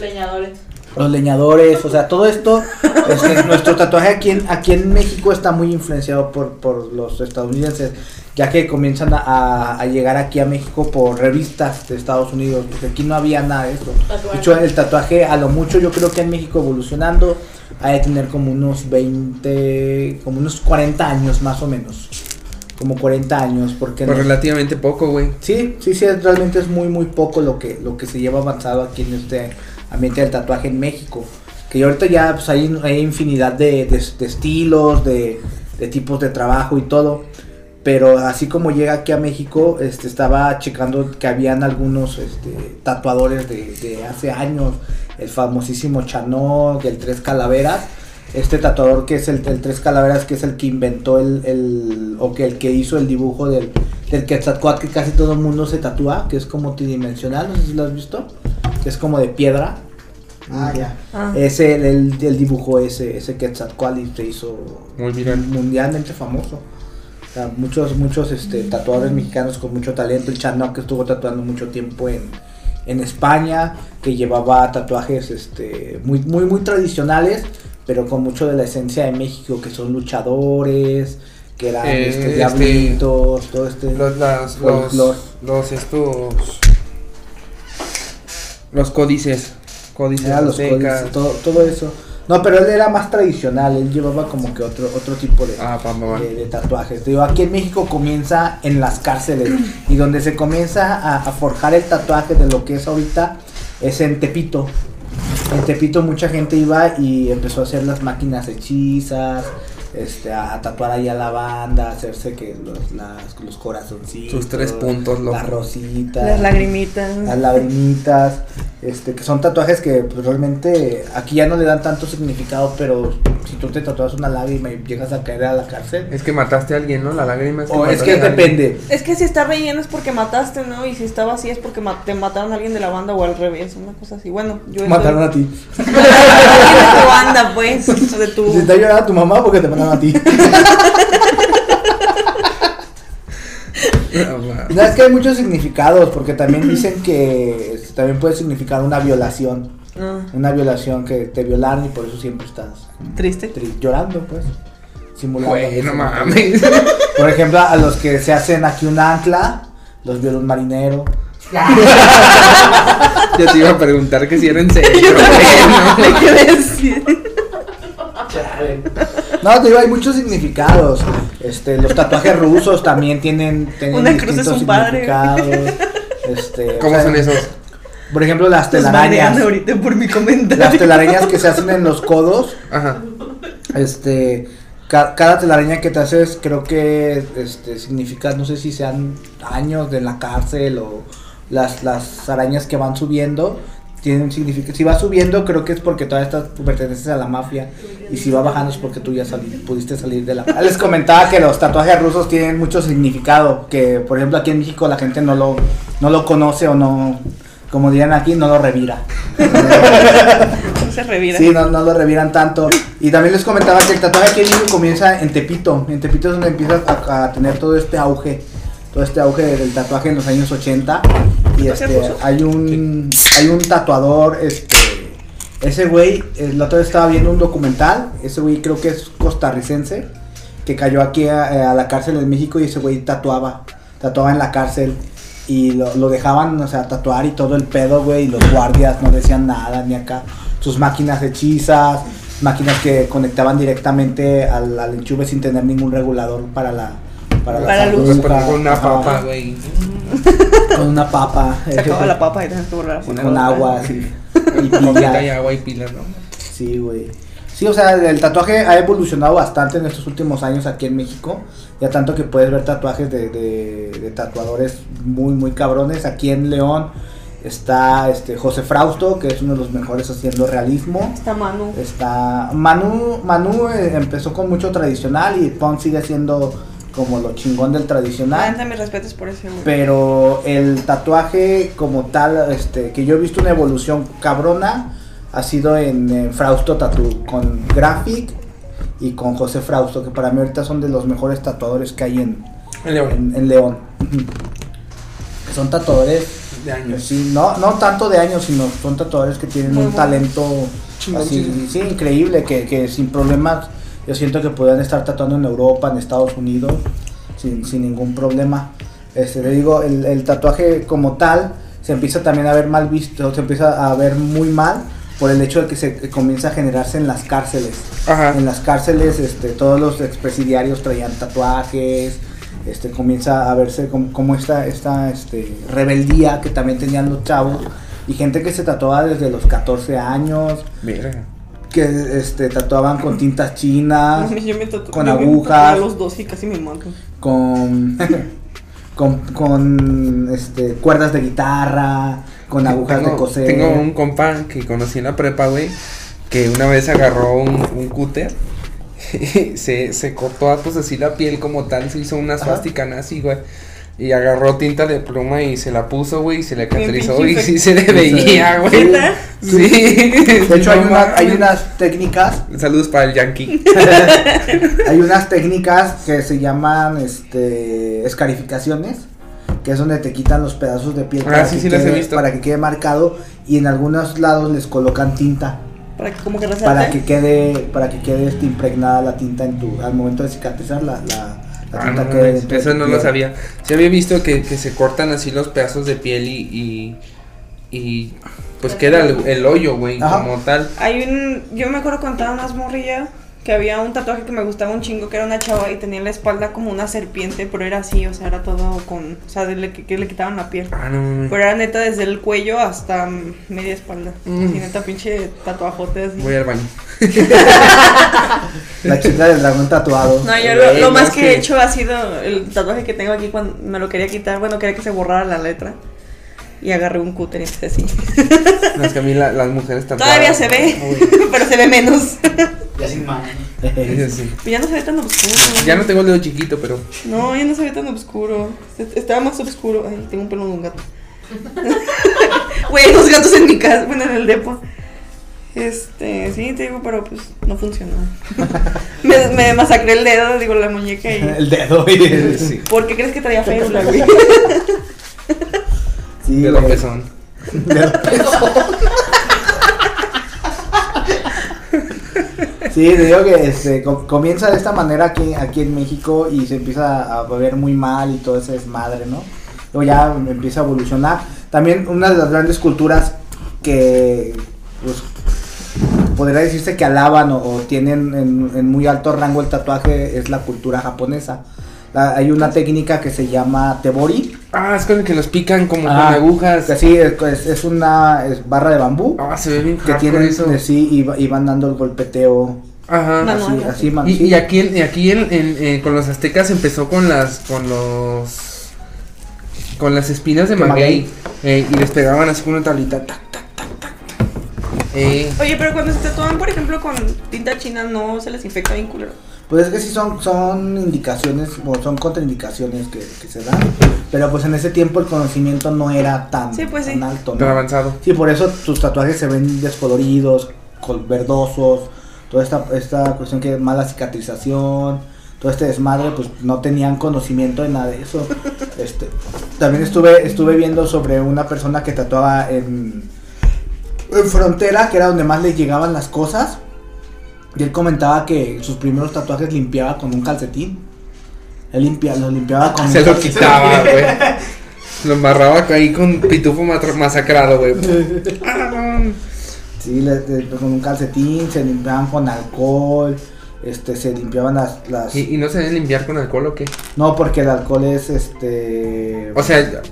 [SPEAKER 5] Leñadores.
[SPEAKER 1] los leñadores, o sea, todo esto, este, nuestro tatuaje aquí en, aquí en México está muy influenciado por, por los estadounidenses, ya que comienzan a, a llegar aquí a México por revistas de Estados Unidos, porque aquí no había nada de esto. De hecho, el tatuaje a lo mucho yo creo que en México evolucionando ha de tener como unos 20, como unos 40 años más o menos. Como 40 años, porque
[SPEAKER 2] Pues
[SPEAKER 1] no-
[SPEAKER 2] relativamente poco, güey.
[SPEAKER 1] Sí, sí, sí, es- realmente es muy, muy poco lo que, lo que se lleva avanzado aquí en este ambiente del tatuaje en México. Que ya ahorita ya pues, hay, hay infinidad de, de- de estilos, de, de tipos de trabajo y todo. Pero así como llega aquí a México, este, estaba checando que habían algunos este, tatuadores de, de hace años. El famosísimo Chanok, el Tres Calaveras. Este tatuador que es el, el Tres Calaveras, que es el que inventó el, el- o que el que hizo el dibujo del, del Quetzalcóatl que casi todo el mundo se tatúa, que es como tridimensional, no sé si lo has visto, que es como de piedra.
[SPEAKER 6] Ah, ya.
[SPEAKER 4] Ah.
[SPEAKER 1] Ese, el, el- el dibujo ese, ese Quetzalcóatl y se hizo
[SPEAKER 2] Muy viral.
[SPEAKER 1] mundialmente famoso. O sea, muchos, muchos este, tatuadores mexicanos con mucho talento. El Chanok que estuvo tatuando mucho tiempo en, en España, que llevaba tatuajes este, muy, muy, muy tradicionales, pero con mucho de la esencia de México, que son luchadores, que eran
[SPEAKER 2] Eh,
[SPEAKER 1] este,
[SPEAKER 2] este,
[SPEAKER 1] diablitos, todo este.
[SPEAKER 2] Los, las- los,
[SPEAKER 1] Folclor.
[SPEAKER 2] los estos. Los códices. Códices
[SPEAKER 1] Era Ah, los
[SPEAKER 2] aztecas.
[SPEAKER 1] códices, todo, todo eso. No, pero él era más tradicional, él llevaba como que otro, otro tipo de,
[SPEAKER 2] Ah, pa, pa, pa.
[SPEAKER 1] de, de tatuajes. Te digo, aquí en México comienza en las cárceles y donde se comienza a, a forjar el tatuaje de lo que es ahorita es en Tepito. En Tepito mucha gente iba y empezó a hacer las máquinas hechizas, este, a, a tatuar ahí a la banda, a hacerse que los, las- los corazoncitos,
[SPEAKER 2] Sus tres puntos, loco.
[SPEAKER 1] las rositas,
[SPEAKER 4] Las lagrimitas.
[SPEAKER 1] las lagrimitas, este, que son tatuajes que pues, realmente aquí ya no le dan tanto significado, pero si tú te tatuas una lágrima y llegas a caer a la cárcel,
[SPEAKER 2] Es que mataste a alguien, ¿no? La lágrima
[SPEAKER 1] o Oh, es
[SPEAKER 2] mataste
[SPEAKER 1] que
[SPEAKER 2] a alguien.
[SPEAKER 1] depende.
[SPEAKER 4] Es que si está relleno es porque mataste, ¿no? Y si está vacía es porque ma- te mataron a alguien de la banda o al revés, una cosa así. Bueno, yo
[SPEAKER 1] Mataron a ti.
[SPEAKER 4] estoy- Alguien de tu banda, pues, de tu
[SPEAKER 1] Si está llorando tu mamá porque te mataron
[SPEAKER 2] (laughs)
[SPEAKER 1] a ti.
[SPEAKER 2] Ah,
[SPEAKER 1] (laughs) No, es que hay muchos significados, porque también dicen que este, también puede significar una violación.
[SPEAKER 4] Ah,
[SPEAKER 1] Una violación que te violaron y por eso siempre estás
[SPEAKER 4] triste.
[SPEAKER 1] tri- llorando, pues.
[SPEAKER 2] va.
[SPEAKER 1] Simulando.
[SPEAKER 2] Güey, no mames. (laughs)
[SPEAKER 1] Por ejemplo, a los que se hacen aquí un ancla, los viola un marinero.
[SPEAKER 6] (laughs) Ya.
[SPEAKER 2] Yo te iba a preguntar que si era en
[SPEAKER 1] (laughs)
[SPEAKER 2] serio. güey,
[SPEAKER 4] (laughs) Me
[SPEAKER 2] no.
[SPEAKER 4] quedé así.
[SPEAKER 6] Chale.
[SPEAKER 1] No, te digo, hay muchos significados. Este, los tatuajes rusos también tienen, tienen
[SPEAKER 4] Una cruz es un padre.
[SPEAKER 1] significados.
[SPEAKER 4] (laughs)
[SPEAKER 1] Este, o
[SPEAKER 2] ¿Cómo
[SPEAKER 1] sea,
[SPEAKER 2] son esos?
[SPEAKER 1] Por ejemplo, las
[SPEAKER 4] Los banean
[SPEAKER 1] telarañas.
[SPEAKER 4] ahorita por mi
[SPEAKER 1] Las
[SPEAKER 4] comentario.
[SPEAKER 1] telarañas que se hacen en los codos.
[SPEAKER 2] Ajá.
[SPEAKER 1] Este, ca- cada telaraña que te haces creo que este, significa, no sé si sean años de la cárcel o las, las arañas que van subiendo. Tienen significado. Si va subiendo, creo que es porque todavía estás, perteneces a la mafia. Y si va bajando, es porque tú ya sali- pudiste salir de la cárcel. Les comentaba que los tatuajes rusos tienen mucho significado. Que, por ejemplo, aquí en México la gente no lo, no lo conoce o no, como dirían aquí, no lo revira.
[SPEAKER 4] No (laughs) se revira.
[SPEAKER 1] Sí, no, no lo reviran tanto. Y también les comentaba que el tatuaje aquí en México comienza en Tepito. En Tepito es donde empieza a, a tener todo este auge. Todo este auge del tatuaje en los años 80. Y
[SPEAKER 4] ¿Tatuaje
[SPEAKER 1] este,
[SPEAKER 4] ruso?
[SPEAKER 1] hay un, hay un tatuador, este, ese güey, eh, la otra vez estaba viendo un documental, ese güey creo que es costarricense, que cayó aquí a, eh, a la cárcel en México y ese güey tatuaba, tatuaba en la cárcel y lo, lo dejaban, o sea, tatuar y todo el pedo, güey, y los guardias no decían nada, ni acá, sus máquinas hechizas, máquinas que conectaban directamente al, al enchufe sin tener ningún regulador para la... Para,
[SPEAKER 4] Para
[SPEAKER 1] las
[SPEAKER 4] luz.
[SPEAKER 2] Pues,
[SPEAKER 1] agujas,
[SPEAKER 2] pero Con una
[SPEAKER 1] ajá,
[SPEAKER 2] papa, güey.
[SPEAKER 1] Con una papa.
[SPEAKER 4] Se acaba la papa y tienes que volver a
[SPEAKER 1] (laughs)
[SPEAKER 4] poner
[SPEAKER 1] Con
[SPEAKER 4] otra.
[SPEAKER 1] agua, así. Y
[SPEAKER 2] Coquita y
[SPEAKER 1] pilla.
[SPEAKER 2] agua y pilas, ¿no?
[SPEAKER 1] Sí, güey. Sí, o sea, el tatuaje ha evolucionado bastante en estos últimos años aquí en México. Ya tanto que puedes ver tatuajes de, de- de tatuadores muy, muy cabrones. Aquí en León está este José Frausto, que es uno de los mejores haciendo realismo.
[SPEAKER 4] Está Manu.
[SPEAKER 1] eh, Está Manu, Manu eh, empezó con mucho tradicional y Pon sigue siendo como lo chingón del
[SPEAKER 4] La
[SPEAKER 1] tradicional.
[SPEAKER 4] neta, mis Ah, respetos por ese güey.
[SPEAKER 1] Pero el tatuaje como tal, este, que yo he visto una evolución cabrona, ha sido en, eh, Frausto Tattoo, con Graphic y con José Frausto, que para mí ahorita son de los mejores tatuadores que hay en,
[SPEAKER 2] El León,
[SPEAKER 1] en, en León. Son tatuadores,
[SPEAKER 2] de
[SPEAKER 1] pues,
[SPEAKER 2] años.
[SPEAKER 1] sí, no, no tanto de años, sino son tatuadores que tienen
[SPEAKER 4] Muy
[SPEAKER 1] un
[SPEAKER 4] bueno.
[SPEAKER 1] talento
[SPEAKER 2] Chingón,
[SPEAKER 1] así,
[SPEAKER 2] sí.
[SPEAKER 1] sí, increíble, que, que sin problemas yo siento que podrían estar tatuando en Europa, en Estados Unidos, sin, sin ningún problema. Este, le digo, el, el tatuaje como tal se empieza también a ver mal visto, se empieza a ver muy mal por el hecho de que se que comienza a generarse en las cárceles.
[SPEAKER 2] Ajá.
[SPEAKER 1] En las cárceles este, todos los expresidiarios traían tatuajes, este, comienza a verse como, como esta, esta este, rebeldía que también tenían los chavos y gente que se tatuaba desde los 14 años,
[SPEAKER 2] Verga.
[SPEAKER 1] que este, tatuaban con tintas
[SPEAKER 2] (laughs)
[SPEAKER 1] chinas,
[SPEAKER 4] Yo me tatu-
[SPEAKER 1] con
[SPEAKER 4] yo me
[SPEAKER 1] agujas.
[SPEAKER 4] tatué A los dos y casi me matan.
[SPEAKER 1] con, (laughs) con, con, este, cuerdas de guitarra, con agujas
[SPEAKER 2] tengo,
[SPEAKER 1] de coser.
[SPEAKER 2] Tengo un (laughs) compa que conocí en la prepa, güey, que una vez agarró un, un cúter. (laughs) y se, se cortó pues así la piel como tal, se hizo una
[SPEAKER 1] Ajá.
[SPEAKER 2] suástica nazi, güey. Y agarró tinta de pluma y se la puso, güey, y se le cauterizó
[SPEAKER 4] pinche
[SPEAKER 2] y sí se le
[SPEAKER 1] infec-
[SPEAKER 2] veía, güey.
[SPEAKER 4] ¿Neta?
[SPEAKER 2] Sí.
[SPEAKER 1] De hecho, hay,
[SPEAKER 2] (laughs) No
[SPEAKER 1] una- hay
[SPEAKER 2] mames.
[SPEAKER 1] unas técnicas
[SPEAKER 2] Saludos para el Yankee.
[SPEAKER 1] Hay unas técnicas que se llaman este escarificaciones, que es donde te quitan los pedazos de piel
[SPEAKER 2] Ah, sí,
[SPEAKER 1] que
[SPEAKER 2] sí las he
[SPEAKER 1] quede,
[SPEAKER 2] visto.
[SPEAKER 1] para que quede marcado y en algunos lados les colocan tinta
[SPEAKER 4] Para que como que resalte.
[SPEAKER 1] para que quede para que quede este, impregnada la tinta en tu al momento de cicatrizar la, la- la
[SPEAKER 2] Ah,
[SPEAKER 1] tinta
[SPEAKER 2] no,
[SPEAKER 1] quede
[SPEAKER 2] mames,
[SPEAKER 1] dentro de
[SPEAKER 2] eso
[SPEAKER 1] tu
[SPEAKER 2] no
[SPEAKER 1] piel.
[SPEAKER 2] lo sabía. Se había visto que, que se cortan así los pedazos de piel y. y, y, pues queda el, el hoyo, güey,
[SPEAKER 1] Ajá.
[SPEAKER 2] como tal.
[SPEAKER 4] Hay un. Yo me acuerdo cuando estaba más morrilla que había un tatuaje que me gustaba un chingo, que era una chava y tenía en la espalda como una serpiente, pero era así, o sea, era todo con. O sea, de le- que, que le quitaban la piel.
[SPEAKER 2] Ah, no mames.
[SPEAKER 4] Pero era neta desde el cuello hasta mm, media espalda.
[SPEAKER 2] Mm.
[SPEAKER 4] Y neta pinche tatuajote así.
[SPEAKER 2] Voy al baño.
[SPEAKER 1] La chica del dragón
[SPEAKER 2] (laughs)
[SPEAKER 1] tatuado.
[SPEAKER 4] No, yo lo,
[SPEAKER 2] Güey,
[SPEAKER 4] lo
[SPEAKER 2] no,
[SPEAKER 4] más
[SPEAKER 2] es
[SPEAKER 4] que,
[SPEAKER 2] que-
[SPEAKER 4] he hecho ha sido el tatuaje que tengo aquí cuando me lo quería quitar. Bueno, quería que se borrara la letra. Y agarré un cúter y hice así.
[SPEAKER 2] No, es que a mí la- las mujeres también.
[SPEAKER 4] Todavía se ve, (laughs) pero se ve menos.
[SPEAKER 6] Ya sin mano.
[SPEAKER 4] ya no se ve tan oscuro.
[SPEAKER 2] Ya no tengo el dedo chiquito, pero.
[SPEAKER 4] No, ya no se ve tan oscuro. Est- Estaba más oscuro. Ay, tengo un pelo de un gato. Güey, hay dos gatos en mi casa. Bueno, en el depo. Este, sí, te digo, pero pues no funcionó. me, me masacré el dedo, digo, la muñeca y.
[SPEAKER 1] El dedo. y el-
[SPEAKER 2] Sí.
[SPEAKER 4] ¿Por qué crees que traía férula, güey?
[SPEAKER 1] Sí,
[SPEAKER 2] Dedo
[SPEAKER 1] güey.
[SPEAKER 2] pezón.
[SPEAKER 1] Dedo pezón. Sí, te digo que este, co- comienza de esta manera aquí, aquí en México y se empieza a ver muy mal y todo ese desmadre, ¿no? Luego ya empieza a evolucionar. También una de las grandes culturas que pues, podría decirse que alaban o, o tienen en, en muy alto rango el tatuaje es la cultura japonesa. La- hay una técnica que se llama tebori.
[SPEAKER 2] Ah, es con el que los pican como
[SPEAKER 1] Ajá.
[SPEAKER 2] con agujas.
[SPEAKER 1] Que sí, es, es una es barra de bambú
[SPEAKER 2] Ah, se ve bien
[SPEAKER 1] que
[SPEAKER 2] hardcore
[SPEAKER 1] tienen
[SPEAKER 2] eso.
[SPEAKER 1] de sí y, va- y van dando el golpeteo
[SPEAKER 2] Ajá.
[SPEAKER 4] Ah, no,
[SPEAKER 1] así,
[SPEAKER 4] ya
[SPEAKER 1] así man-
[SPEAKER 2] Y,
[SPEAKER 1] sí.
[SPEAKER 2] y aquí, en- y aquí en- en- en- con los aztecas empezó con las con los con las espinas de
[SPEAKER 1] De
[SPEAKER 2] maguey eh, y les pegaban así con una tablita tac tac tac tac, tac. Eh,
[SPEAKER 4] Oye, pero cuando se tatúan, por ejemplo, con tinta china, no se les infecta bien culero.
[SPEAKER 1] Pues es que sí son, son indicaciones o son contraindicaciones que, que se dan, pero pues en ese tiempo el conocimiento no era tan,
[SPEAKER 4] Sí, pues sí.
[SPEAKER 1] tan alto. ¿no?
[SPEAKER 2] tan avanzado.
[SPEAKER 1] Sí, por eso tus tatuajes se ven descoloridos, col- verdosos, toda esta, esta cuestión que es mala cicatrización, todo este desmadre, pues no tenían conocimiento de nada de
[SPEAKER 2] (laughs)
[SPEAKER 1] eso. Este, también estuve, estuve viendo sobre una persona que tatuaba en, en Frontera, que era donde más le llegaban las cosas, y él comentaba que sus primeros tatuajes limpiaba con un calcetín. Él limpia, lo limpiaba con
[SPEAKER 2] Se
[SPEAKER 1] un
[SPEAKER 2] lo
[SPEAKER 1] calcetín.
[SPEAKER 2] quitaba, güey. Lo embarraba ahí con pitufo matr- masacrado, güey. Ah,
[SPEAKER 1] Sí, le- le- pues, con un calcetín, se limpiaban con alcohol, este, se limpiaban las, las...
[SPEAKER 2] ¿Y, y no se deben limpiar con alcohol o qué?
[SPEAKER 1] No, porque el alcohol es, este,
[SPEAKER 2] O sea,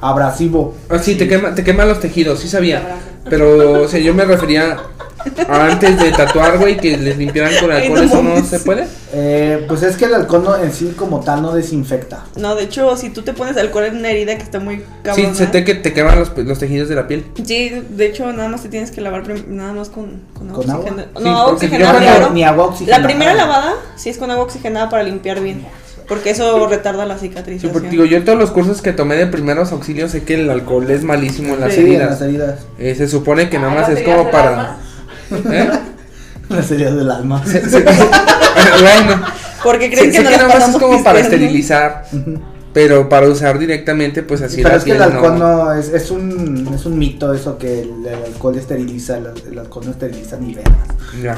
[SPEAKER 1] abrasivo.
[SPEAKER 2] ah, sí, te quema, te quema los tejidos, sí sabía. Pero, o sea, yo me refería a antes de tatuar, güey, que les limpiaran con
[SPEAKER 4] Ay,
[SPEAKER 2] alcohol,
[SPEAKER 4] no
[SPEAKER 2] eso no
[SPEAKER 4] mames.
[SPEAKER 2] se puede.
[SPEAKER 1] Eh, pues es que el alcohol no- en sí como tal no desinfecta.
[SPEAKER 4] No, de hecho, si tú te pones alcohol en una herida que está muy
[SPEAKER 2] Sí,
[SPEAKER 4] cabrón. ¿eh?
[SPEAKER 2] se te, que te queman los, los tejidos de la piel.
[SPEAKER 4] Sí, de hecho, nada más te tienes que lavar prim- nada más con, con agua
[SPEAKER 1] ¿Con agua?
[SPEAKER 4] oxigenada.
[SPEAKER 2] Sí,
[SPEAKER 4] No,
[SPEAKER 2] porque
[SPEAKER 1] No,
[SPEAKER 2] yo
[SPEAKER 4] oxigenada,
[SPEAKER 1] ni,
[SPEAKER 2] cuando-
[SPEAKER 4] claro.
[SPEAKER 1] ni agua
[SPEAKER 4] La
[SPEAKER 1] oxigenada.
[SPEAKER 4] primera lavada sí es con agua oxigenada para limpiar bien. Porque eso retarda la cicatrización.
[SPEAKER 2] Sí, porque digo, yo en todos los cursos que tomé de primeros auxilios sé que el alcohol es malísimo en las
[SPEAKER 1] Sí, en
[SPEAKER 2] heridas.
[SPEAKER 1] las heridas. (laughs)
[SPEAKER 2] Eh, se supone que nada
[SPEAKER 5] Ah,
[SPEAKER 2] más es
[SPEAKER 5] baterías
[SPEAKER 2] como
[SPEAKER 5] del
[SPEAKER 2] para.
[SPEAKER 5] alma.
[SPEAKER 2] ¿Eh?
[SPEAKER 1] Las heridas del alma.
[SPEAKER 2] Se- se- (laughs) bueno,
[SPEAKER 4] Porque
[SPEAKER 2] sé,
[SPEAKER 4] creen que
[SPEAKER 2] sé
[SPEAKER 4] no
[SPEAKER 2] que
[SPEAKER 4] las
[SPEAKER 2] nada más es
[SPEAKER 4] pasamos
[SPEAKER 2] como para
[SPEAKER 4] pisteando.
[SPEAKER 2] esterilizar,
[SPEAKER 1] Ujú.
[SPEAKER 2] pero para usar directamente, pues así
[SPEAKER 1] Pero
[SPEAKER 2] la
[SPEAKER 1] es que el
[SPEAKER 2] piel no-
[SPEAKER 1] alcohol no, es, es un es un mito eso que el, el alcohol esteriliza, el, el alcohol no esteriliza ni vergas.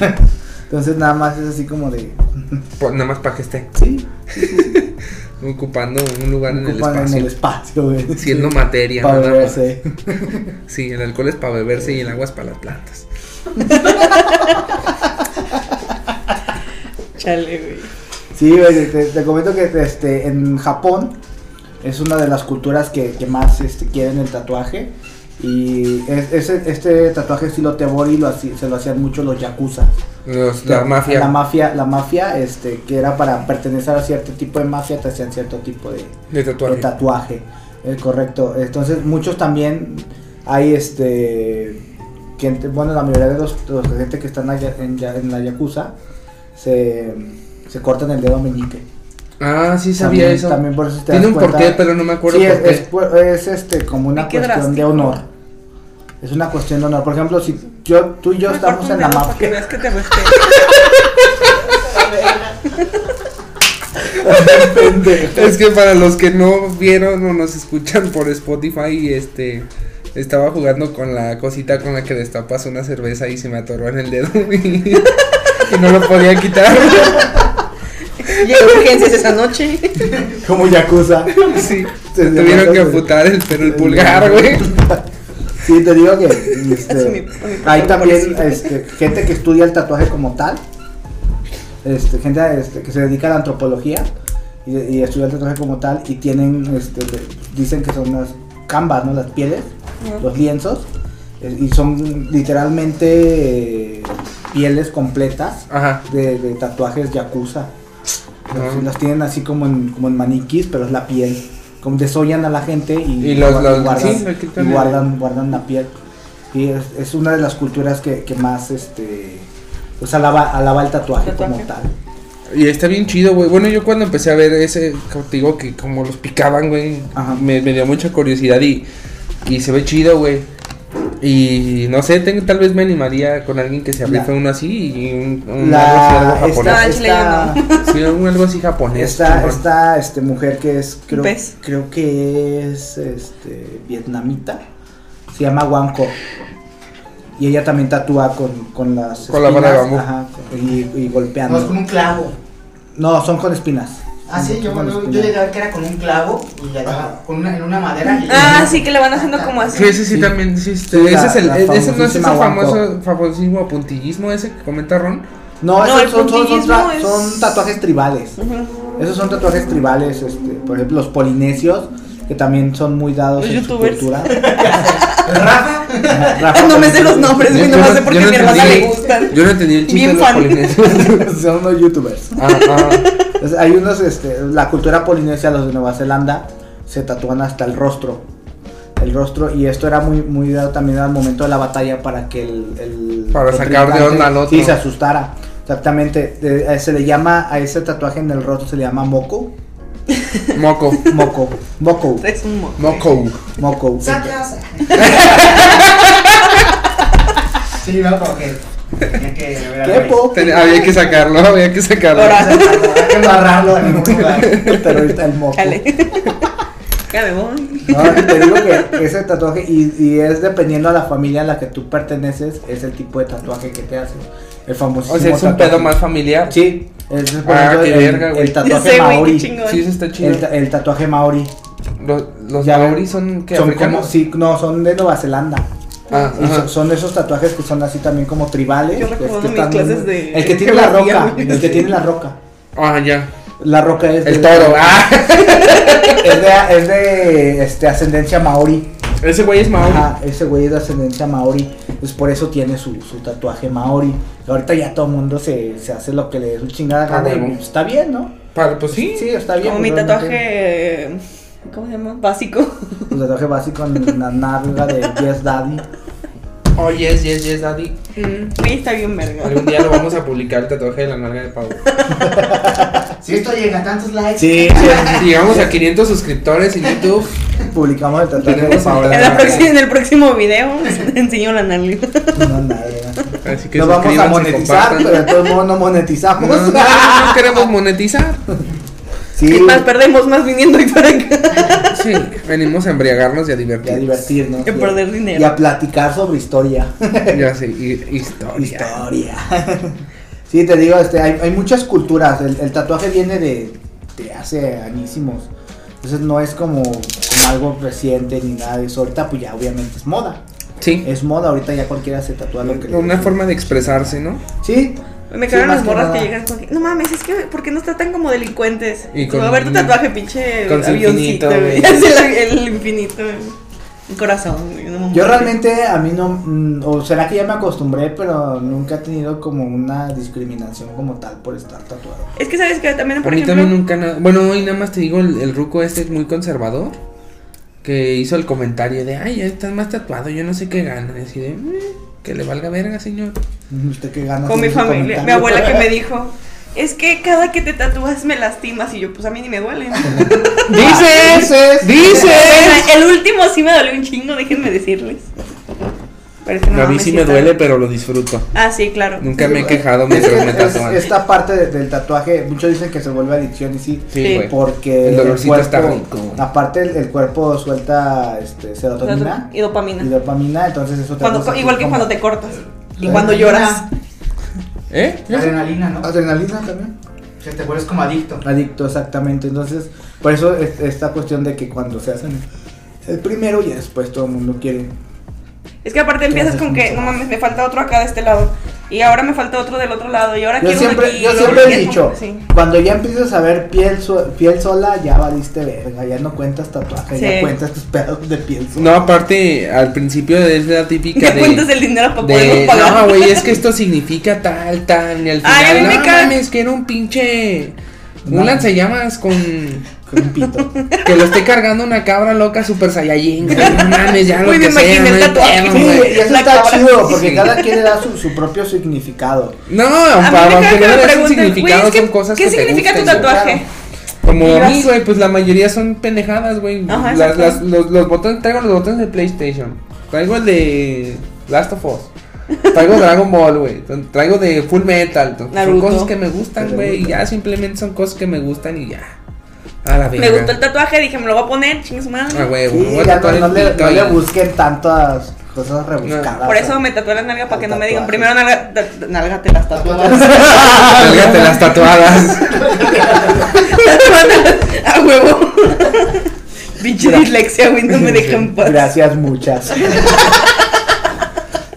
[SPEAKER 2] Ya,
[SPEAKER 1] Entonces nada más es así como de
[SPEAKER 2] pues, nada más para que esté
[SPEAKER 1] sí,
[SPEAKER 2] ocupando un lugar en el
[SPEAKER 1] ocupan en
[SPEAKER 2] espacio.
[SPEAKER 1] el espacio, güey.
[SPEAKER 2] Siendo materia,
[SPEAKER 1] para
[SPEAKER 2] nada más.
[SPEAKER 1] beberse.
[SPEAKER 2] Sí, el alcohol es para beberse y el agua es para las plantas.
[SPEAKER 4] Chale, güey.
[SPEAKER 1] Sí, güey, te, te comento que este, en Japón es una de las culturas que, que más este, quieren el tatuaje. Y es- ese- este tatuaje estilo Tebori lo haci- se lo hacían mucho los yakuza.
[SPEAKER 2] Los- la, mafia.
[SPEAKER 1] La mafia, la mafia este, que era para pertenecer a cierto tipo de mafia, te hacían cierto tipo de,
[SPEAKER 2] de tatuaje.
[SPEAKER 1] de tatuaje. eh, correcto. Entonces, muchos también hay este. Que, ent- bueno, la mayoría de los, de los gente que están allá en, ya- en la Yakuza se, se cortan el dedo meñique.
[SPEAKER 2] Ah, sí sabía
[SPEAKER 1] También-
[SPEAKER 2] eso.
[SPEAKER 1] También por eso si te das
[SPEAKER 2] Tiene un
[SPEAKER 1] cuenta-
[SPEAKER 2] porqué, pero no me acuerdo
[SPEAKER 1] Sí,
[SPEAKER 2] por
[SPEAKER 1] es,
[SPEAKER 2] qué.
[SPEAKER 1] es pu- es, este, como una
[SPEAKER 4] Y qué
[SPEAKER 1] cuestión de
[SPEAKER 4] drástico.
[SPEAKER 1] honor. Es una cuestión de honor. Por ejemplo, si yo, tú y yo
[SPEAKER 4] Me
[SPEAKER 1] estamos
[SPEAKER 4] corto
[SPEAKER 1] en
[SPEAKER 4] un
[SPEAKER 1] la
[SPEAKER 4] dedo Para
[SPEAKER 1] (laughs)
[SPEAKER 4] que
[SPEAKER 1] mafia.
[SPEAKER 4] veas que te (laughs) respeto.
[SPEAKER 2] Es que para los que no vieron o nos escuchan por Spotify, este estaba jugando con la cosita con la que destapas una cerveza y se me atoró en el dedo (laughs) y, y no lo podía quitar.
[SPEAKER 4] Llegó urgencias esa noche.
[SPEAKER 1] Como Yakuza.
[SPEAKER 2] (laughs) Sí,
[SPEAKER 1] Te
[SPEAKER 2] se tuvieron que
[SPEAKER 1] levantas,
[SPEAKER 2] amputar el pero el pulgar, güey.
[SPEAKER 1] (laughs) Sí, te digo que
[SPEAKER 4] Es
[SPEAKER 1] este,
[SPEAKER 4] mi- mi-
[SPEAKER 1] hay
[SPEAKER 4] mi-
[SPEAKER 1] también
[SPEAKER 4] pobrecito.
[SPEAKER 1] este, gente que estudia el tatuaje como tal, este, gente este, que se dedica a la antropología y, y estudia el tatuaje como tal y tienen, este, de- dicen que son las cambas, ¿no? Las pieles,
[SPEAKER 4] Ajá.
[SPEAKER 1] los lienzos eh, y son literalmente eh, pieles completas
[SPEAKER 2] Ajá.
[SPEAKER 1] de, de tatuajes yakuza. Los-
[SPEAKER 2] Ah.
[SPEAKER 1] Las tienen así como en, como en maniquís, pero es la piel. Como desollan a la gente y,
[SPEAKER 2] Y los- los-
[SPEAKER 1] guardan,
[SPEAKER 2] sí, lo
[SPEAKER 1] y
[SPEAKER 2] quitan.
[SPEAKER 1] guardan, guardan la piel. Y es, es una de las culturas que, que más este pues alaba, alaba el tatuaje,
[SPEAKER 4] Tatuaje.
[SPEAKER 1] como tal.
[SPEAKER 2] Y está bien chido, güey. Bueno, yo cuando empecé a ver ese, como te digo que como los picaban, güey,
[SPEAKER 1] Ajá.
[SPEAKER 2] me, me dio mucha curiosidad y, y se ve chido, güey. Y no sé, tengo- tal vez me animaría con alguien que se
[SPEAKER 1] La-
[SPEAKER 2] rife uno así y un, un
[SPEAKER 1] La,
[SPEAKER 2] algo así, algo
[SPEAKER 1] esta,
[SPEAKER 2] japonés.
[SPEAKER 1] esta,
[SPEAKER 2] Sí, un algo así japonés.
[SPEAKER 1] esta,
[SPEAKER 2] chingón.
[SPEAKER 1] esta, este, mujer que es creo,
[SPEAKER 4] Pez.
[SPEAKER 1] creo que es este, vietnamita, se llama Wanko. Y ella también tatúa con, con las
[SPEAKER 2] Con la vara de bambú.
[SPEAKER 1] ajá, con- y, y
[SPEAKER 6] No,
[SPEAKER 1] golpeando.
[SPEAKER 6] es con un clavo.
[SPEAKER 1] No, son con espinas.
[SPEAKER 6] Ah, sí, yo,
[SPEAKER 1] Son con
[SPEAKER 6] yo, yo
[SPEAKER 1] espinas.
[SPEAKER 6] llegué a ver que era con un clavo y le daba con una, en una madera. Y le-
[SPEAKER 4] Ah, sí, que la van haciendo como
[SPEAKER 2] Sí,
[SPEAKER 4] así.
[SPEAKER 2] ese sí,
[SPEAKER 1] Sí.
[SPEAKER 2] también sí, este,
[SPEAKER 1] Sí, la-
[SPEAKER 2] ese es el,
[SPEAKER 1] la
[SPEAKER 2] ese no es ese
[SPEAKER 1] famosísima Wanko.
[SPEAKER 2] famoso, famosísimo puntillismo ese que comenta Ron.
[SPEAKER 1] No,
[SPEAKER 4] No,
[SPEAKER 1] esos
[SPEAKER 4] el
[SPEAKER 1] son, son- son tra-
[SPEAKER 4] puntillismo es-
[SPEAKER 1] son tatuajes tribales.
[SPEAKER 4] Ujú.
[SPEAKER 1] Esos son tatuajes tribales, este, por ejemplo, los polinesios, que también son muy dados
[SPEAKER 4] Los
[SPEAKER 1] en su
[SPEAKER 4] youtubers.
[SPEAKER 1] cultura.
[SPEAKER 6] (laughs) Rafa,
[SPEAKER 1] Rafa
[SPEAKER 4] (laughs) No me sé los
[SPEAKER 1] Polinesio.
[SPEAKER 4] nombres, güey,
[SPEAKER 2] Yo-
[SPEAKER 4] nomás
[SPEAKER 2] yo
[SPEAKER 4] sé porque a mi hermana
[SPEAKER 2] entendí-
[SPEAKER 4] le gustan.
[SPEAKER 2] Yo no entendí el chiste
[SPEAKER 4] Bien
[SPEAKER 2] de los
[SPEAKER 4] fan.
[SPEAKER 2] polinesios.
[SPEAKER 1] (laughs) son los youtubers.
[SPEAKER 2] Ah, ah.
[SPEAKER 1] Entonces, hay unos, este, la cultura polinesia, los de Nueva Zelanda, se tatúan hasta el rostro. El rostro, y esto era muy, muy dado también al momento de la batalla para que el. el
[SPEAKER 2] Para sacar de onda al otro.
[SPEAKER 1] Sí, se asustara. Exactamente. de- eh, se le llama a ese tatuaje en el rostro, se le llama moco.
[SPEAKER 2] Moco.
[SPEAKER 1] Moco. Moco.
[SPEAKER 4] Es un mo-
[SPEAKER 2] Moco.
[SPEAKER 1] Moco.
[SPEAKER 6] sacas. (laughs) sí, no, porque tenía que ver al
[SPEAKER 1] ¿Qué
[SPEAKER 6] rey.
[SPEAKER 1] po?
[SPEAKER 2] Ten- había
[SPEAKER 1] (laughs)
[SPEAKER 2] que sacarlo, había que sacarlo.
[SPEAKER 4] Ahora.
[SPEAKER 6] Hay que amarrarlo en algún lugar.
[SPEAKER 1] Pero ahorita el moco.
[SPEAKER 4] Chale. (laughs) Cabebón.
[SPEAKER 1] No, y te digo que ese tatuaje, y, y es dependiendo a la familia a la que tú perteneces, es el tipo de tatuaje que te haces. El famosísimo
[SPEAKER 2] O sea, es un
[SPEAKER 1] tatuaje.
[SPEAKER 2] pedo más familiar.
[SPEAKER 1] Sí, es por
[SPEAKER 2] Ah,
[SPEAKER 1] ejemplo,
[SPEAKER 2] qué
[SPEAKER 1] el,
[SPEAKER 2] verga, güey.
[SPEAKER 1] el
[SPEAKER 4] Ya
[SPEAKER 1] tatuaje
[SPEAKER 4] sé, güey, qué
[SPEAKER 1] maori.
[SPEAKER 4] chingón.
[SPEAKER 2] Sí, eso está chido.
[SPEAKER 1] El, ta- el tatuaje maori.
[SPEAKER 2] Los, los
[SPEAKER 1] Ya-
[SPEAKER 2] maoris son que
[SPEAKER 1] Son
[SPEAKER 2] africanos.
[SPEAKER 1] como, sí, no, son de Nueva Zelanda.
[SPEAKER 2] Ah,
[SPEAKER 1] Y
[SPEAKER 2] ajá.
[SPEAKER 1] son, son esos tatuajes que son así también como tribales.
[SPEAKER 4] Yo
[SPEAKER 1] pues,
[SPEAKER 4] recuerdo
[SPEAKER 1] que
[SPEAKER 4] mis
[SPEAKER 1] están
[SPEAKER 4] clases
[SPEAKER 1] muy-
[SPEAKER 4] de
[SPEAKER 1] El que tiene la
[SPEAKER 4] geografía,
[SPEAKER 1] roca,
[SPEAKER 4] güey.
[SPEAKER 1] el que tiene la roca.
[SPEAKER 2] Ah, ya.
[SPEAKER 1] La roca es de-
[SPEAKER 2] El toro.
[SPEAKER 1] (laughs)
[SPEAKER 2] Ah,
[SPEAKER 1] Es de, es de este, ascendencia maori.
[SPEAKER 2] ese güey es maori.
[SPEAKER 1] Ajá, ese güey es de ascendencia maori. Pues por eso tiene su, su tatuaje maori. Ahorita ya todo el mundo se, se hace lo que le dé su chingada
[SPEAKER 2] Ah,
[SPEAKER 1] gana. y
[SPEAKER 2] huevo.
[SPEAKER 1] está bien, ¿no?
[SPEAKER 2] Para, pues sí.
[SPEAKER 1] Sí, está bien.
[SPEAKER 4] Como mi
[SPEAKER 1] pues, realmente.
[SPEAKER 4] tatuaje. eh, ¿Cómo se llama? Básico.
[SPEAKER 1] Un tatuaje básico en la narga de Yes Daddy.
[SPEAKER 2] Oh, yes, yes, yes, daddy.
[SPEAKER 4] Mm, Güey, está bien verga.
[SPEAKER 2] Algún día lo vamos a publicar el tatuaje de la nalga de Pablo.
[SPEAKER 6] Si esto llega a tantos likes.
[SPEAKER 1] Sí,
[SPEAKER 2] Si (laughs) llegamos a 500 suscriptores en YouTube,
[SPEAKER 1] publicamos el tatuaje de
[SPEAKER 2] Tenemos
[SPEAKER 1] Paola.
[SPEAKER 4] En, la
[SPEAKER 2] Ahora,
[SPEAKER 4] próxima- en el próximo video (laughs) te enseño la nalga.
[SPEAKER 1] No, nadie, no.
[SPEAKER 2] así que
[SPEAKER 1] no vamos a
[SPEAKER 2] suscríbanse,
[SPEAKER 1] monetizar,
[SPEAKER 2] compartan.
[SPEAKER 1] pero de todos modos no monetizamos.
[SPEAKER 2] No, no, no, no queremos
[SPEAKER 1] (laughs)
[SPEAKER 2] monetizar.
[SPEAKER 1] Sí,
[SPEAKER 4] Y más perdemos más viniendo y para acá.
[SPEAKER 2] Sí, venimos a embriagarnos y a
[SPEAKER 1] y a
[SPEAKER 2] divertirnos.
[SPEAKER 1] divertirnos.
[SPEAKER 4] Y a perder dinero.
[SPEAKER 1] Y a platicar sobre historia.
[SPEAKER 2] Ya sé, y- historia.
[SPEAKER 1] Historia. sí, te digo, este, hay, hay muchas culturas. El, el tatuaje viene de, de hace añísimos. Entonces no es como, como algo reciente ni nada de eso. Ahorita pues ya obviamente es moda.
[SPEAKER 2] Sí,
[SPEAKER 1] Es moda, ahorita ya cualquiera se tatúa lo que le
[SPEAKER 2] una
[SPEAKER 1] guste.
[SPEAKER 2] forma de expresarse, ¿no?
[SPEAKER 1] Sí,
[SPEAKER 4] Me
[SPEAKER 1] Sí,
[SPEAKER 4] cagaron
[SPEAKER 1] más
[SPEAKER 4] las
[SPEAKER 1] que
[SPEAKER 4] morras
[SPEAKER 1] nada.
[SPEAKER 4] que llegan con que, no mames, es que ¿por qué no tratan como delincuentes?
[SPEAKER 2] Y
[SPEAKER 4] Y
[SPEAKER 2] con
[SPEAKER 4] a ver tu
[SPEAKER 2] un-
[SPEAKER 4] tatuaje, pinche
[SPEAKER 2] con su infinito,
[SPEAKER 4] avioncito, güey. (laughs)
[SPEAKER 2] güey.
[SPEAKER 4] Así el, el infinito, güey. El corazón, güey. no mames.
[SPEAKER 1] Yo realmente a mí no, mm, o será que ya me acostumbré, pero nunca he tenido como una discriminación como tal por estar tatuado. (laughs)
[SPEAKER 4] Es que sabes que también,
[SPEAKER 2] A
[SPEAKER 4] Ah, por
[SPEAKER 2] mí
[SPEAKER 4] ejemplo.
[SPEAKER 2] también nunca nada. Bueno, hoy nada más te digo, el, el ruco este es muy conservador. Que hizo el comentario de, ay, ya estás más tatuado, yo no sé qué gana. Y así de, "Eh, que le valga verga, señor.
[SPEAKER 1] ¿Usted qué gana?
[SPEAKER 4] Con mi
[SPEAKER 1] haciendo ese
[SPEAKER 4] familia. Mi
[SPEAKER 1] comentario?
[SPEAKER 4] abuela que me dijo, es que cada que te tatúas me lastimas y yo, pues a mí ni
[SPEAKER 2] (laughs)
[SPEAKER 4] me duele.
[SPEAKER 1] (laughs)
[SPEAKER 2] ¡Dices!
[SPEAKER 4] O
[SPEAKER 2] ¡Dices!
[SPEAKER 4] sea, el último sí me dolió un chingo, déjenme decirles. Pero es que no
[SPEAKER 2] a mí
[SPEAKER 4] mames,
[SPEAKER 2] sí me
[SPEAKER 4] está-
[SPEAKER 2] duele, pero lo disfruto.
[SPEAKER 4] Ah, sí, claro.
[SPEAKER 2] Nunca me he quejado
[SPEAKER 1] Es
[SPEAKER 2] mientras
[SPEAKER 1] que
[SPEAKER 2] me
[SPEAKER 1] es-
[SPEAKER 2] tatúan.
[SPEAKER 1] esta parte de- del tatuaje, muchos dicen que se vuelve adicción y sí,
[SPEAKER 2] Sí, güey.
[SPEAKER 1] porque
[SPEAKER 2] El dolorcito está rico.
[SPEAKER 1] Aparte el, el cuerpo suelta este, serotonina
[SPEAKER 4] Y dopamina.
[SPEAKER 1] y dopamina, entonces eso te hace
[SPEAKER 4] Cuando,
[SPEAKER 1] sentir
[SPEAKER 4] igual que
[SPEAKER 1] como-
[SPEAKER 4] cuando te cortas. Y
[SPEAKER 1] Adrenalina.
[SPEAKER 4] cuando lloras.
[SPEAKER 2] ¿Eh?
[SPEAKER 6] Adrenalina, ¿no?
[SPEAKER 1] Adrenalina también.
[SPEAKER 6] O sea, te vuelves
[SPEAKER 1] (laughs)
[SPEAKER 6] como adicto.
[SPEAKER 1] Adicto, exactamente. Entonces, por eso es- esta cuestión de que cuando se hacen el primero y después todo el mundo quiere.
[SPEAKER 4] Es que aparte empiezas con que, no mames, me falta otro acá de este lado. Y ahora me falta otro del otro lado. Y ahora
[SPEAKER 1] Yo
[SPEAKER 4] Ah, quiero uno
[SPEAKER 1] siempre,
[SPEAKER 4] aquí,
[SPEAKER 1] yo
[SPEAKER 4] y
[SPEAKER 1] siempre
[SPEAKER 4] luego
[SPEAKER 1] he
[SPEAKER 4] aquí,
[SPEAKER 1] dicho,
[SPEAKER 4] Sí.
[SPEAKER 1] cuando ya empiezas a ver piel, so- piel sola, ya valiste verga, ya no cuentas tatuajes, ya
[SPEAKER 4] Sí.
[SPEAKER 1] cuentas tus pedazos de piel sola.
[SPEAKER 2] No, aparte, al principio es la
[SPEAKER 4] (laughs)
[SPEAKER 2] típica
[SPEAKER 4] ¿Qué
[SPEAKER 2] de...
[SPEAKER 4] cuentas el dinero para
[SPEAKER 2] de
[SPEAKER 4] poderlo pagar?
[SPEAKER 2] no, güey, es que esto significa tal, tal, y al final,
[SPEAKER 4] Ay, a mí me
[SPEAKER 2] no
[SPEAKER 4] caga.
[SPEAKER 2] mames, que era un pinche un
[SPEAKER 1] No.
[SPEAKER 2] lanzallamas con
[SPEAKER 1] Con un
[SPEAKER 2] (laughs)
[SPEAKER 1] pito.
[SPEAKER 2] que lo esté cargando una cabra loca super saiyajin, güey, no mames, ya lo
[SPEAKER 4] Uy, me
[SPEAKER 2] que sea,
[SPEAKER 4] imaginé
[SPEAKER 2] no
[SPEAKER 4] el
[SPEAKER 2] hay
[SPEAKER 4] tatuaje.
[SPEAKER 2] pedo,
[SPEAKER 1] Sí,
[SPEAKER 2] güey.
[SPEAKER 1] y eso
[SPEAKER 4] La
[SPEAKER 1] está
[SPEAKER 4] cabra.
[SPEAKER 1] chido, porque
[SPEAKER 2] Sí.
[SPEAKER 1] cada quien le da su, su propio significado.
[SPEAKER 2] No,
[SPEAKER 4] A mí
[SPEAKER 2] para
[SPEAKER 4] me
[SPEAKER 2] que
[SPEAKER 4] caga
[SPEAKER 2] no
[SPEAKER 4] que
[SPEAKER 2] le
[SPEAKER 4] me
[SPEAKER 2] des un
[SPEAKER 4] pregunten,
[SPEAKER 2] significado,
[SPEAKER 4] güey, es que-
[SPEAKER 2] son cosas
[SPEAKER 4] ¿qué
[SPEAKER 2] que te
[SPEAKER 4] significa tu
[SPEAKER 2] gustan, güey.
[SPEAKER 4] tatuaje?
[SPEAKER 2] Como a mí,
[SPEAKER 4] Ibas.
[SPEAKER 2] güey, pues la mayoría son pendejadas, güey.
[SPEAKER 4] Ajá,
[SPEAKER 2] Las,
[SPEAKER 4] exacto.
[SPEAKER 2] las- los, los botones, traigo los botones de PlayStation. Traigo el de Last of Us.
[SPEAKER 4] (laughs)
[SPEAKER 2] Traigo Dragon Ball, güey. Traigo de Full Metal. Entonces, Son
[SPEAKER 4] Naruto.
[SPEAKER 2] cosas que me
[SPEAKER 1] Que
[SPEAKER 2] gustan,
[SPEAKER 1] te
[SPEAKER 2] güey. Y
[SPEAKER 1] gustan.
[SPEAKER 2] ya simplemente son cosas que me gustan y ya. A la verga.
[SPEAKER 4] Me gustó el tatuaje, dije, me lo voy a poner, chingue su madre.
[SPEAKER 2] Ah, güey,
[SPEAKER 1] Sí,
[SPEAKER 2] voy a
[SPEAKER 1] ya no,
[SPEAKER 2] tatuar
[SPEAKER 1] no
[SPEAKER 2] el
[SPEAKER 1] le,
[SPEAKER 2] pito
[SPEAKER 1] no le
[SPEAKER 2] ahí. (laughs)
[SPEAKER 1] busquen tantas cosas rebuscadas.
[SPEAKER 2] Ah,
[SPEAKER 4] Por
[SPEAKER 1] o sea.
[SPEAKER 4] eso me tatué la nalga para que no me digan,
[SPEAKER 1] Tatuaje.
[SPEAKER 4] primero nalga, ta- ta- nalga te las
[SPEAKER 2] (laughs)
[SPEAKER 4] tatuadas. (laughs)
[SPEAKER 2] Sálgate las tatuadas.
[SPEAKER 1] (laughs)
[SPEAKER 4] a huevo.
[SPEAKER 2] (laughs)
[SPEAKER 4] Pinche
[SPEAKER 1] Gra-
[SPEAKER 4] dislexia, güey, no me dejan en paz.
[SPEAKER 1] Gracias muchas. (laughs)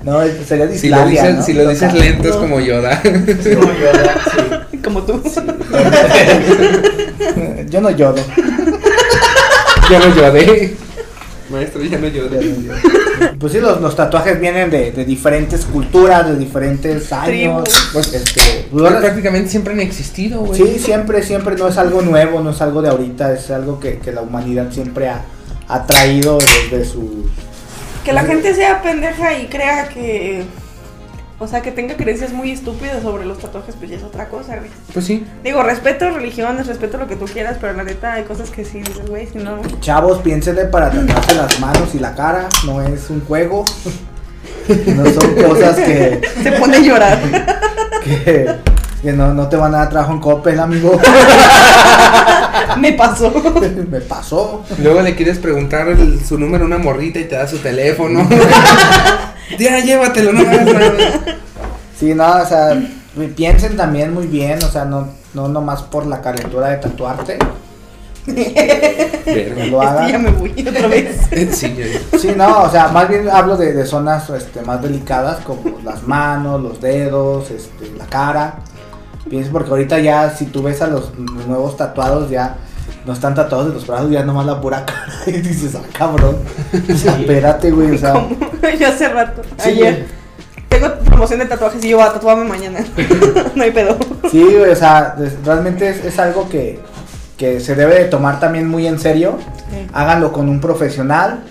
[SPEAKER 1] no, es- sería
[SPEAKER 2] Si lo
[SPEAKER 1] dislalia,
[SPEAKER 2] dices,
[SPEAKER 1] ¿no?
[SPEAKER 2] si lo dices
[SPEAKER 1] Total.
[SPEAKER 2] lento es como Yoda. (laughs)
[SPEAKER 6] Sí, como yo, ¿verdad? Sí.
[SPEAKER 4] Como tú.
[SPEAKER 1] (laughs) Yo no lloro.
[SPEAKER 2] ya no lloré. Maestro, ya no
[SPEAKER 1] yo
[SPEAKER 2] lloré.
[SPEAKER 1] no lloro. Pues sí, los, los tatuajes vienen de, de diferentes culturas, de diferentes años.
[SPEAKER 2] Tribus.
[SPEAKER 1] Este, pues,
[SPEAKER 2] Pero
[SPEAKER 1] ahora-
[SPEAKER 2] prácticamente siempre han existido, güey.
[SPEAKER 1] sí, siempre, siempre no es algo nuevo, no es algo de ahorita, es algo que, que la humanidad siempre ha, ha traído desde su...
[SPEAKER 4] Que la gente sea pendeja y crea que. O sea, que tenga creencias muy estúpidas sobre los tatuajes, pues ya es otra cosa, güey.
[SPEAKER 2] Pues sí.
[SPEAKER 4] Digo, respeto religiones, respeto lo que tú quieras, pero la neta hay cosas que sí dices, güey, si no.
[SPEAKER 1] Chavos, piénsenle para tratarse las manos y la cara, no es un juego. No son cosas que,
[SPEAKER 4] Se pone a llorar.
[SPEAKER 1] (laughs) que, que no, no te van a dar trabajo en Coppel, amigo.
[SPEAKER 4] (laughs) Me pasó.
[SPEAKER 1] (laughs) Me pasó.
[SPEAKER 2] Luego le quieres preguntar el- su número a una morrita y te da su
[SPEAKER 4] (laughs)
[SPEAKER 2] teléfono. ya, llévatelo, no hagas nada.
[SPEAKER 1] Sí, no, o sea, piensen también muy bien, o sea, no, no nomás por la calentura de tatuarte, lo
[SPEAKER 2] Verga.
[SPEAKER 4] (laughs) Es que ya
[SPEAKER 1] hagan.
[SPEAKER 4] me voy otra vez.
[SPEAKER 2] (laughs) Eh, Sí, ya-
[SPEAKER 1] Sí, no, o sea, más bien hablo de, de zonas este, más delicadas como las manos, los dedos, este, la cara. Piensen porque ahorita ya, si tú ves a los nuevos tatuados, ya no están tatuados de los brazos, ya nomás la pura (laughs) cara. Y dices, ah, cabrón. O sea, espérate, güey, o sea.
[SPEAKER 4] yo hace rato.
[SPEAKER 1] Sí,
[SPEAKER 4] ayer. Tengo promoción de tatuajes y yo voy a tatuarme
[SPEAKER 1] (laughs)
[SPEAKER 4] mañana. no hay pedo.
[SPEAKER 1] Sí, güey, o sea, es- realmente es, es algo que, que se debe de tomar también muy en serio.
[SPEAKER 4] Sí.
[SPEAKER 1] Háganlo con un profesional.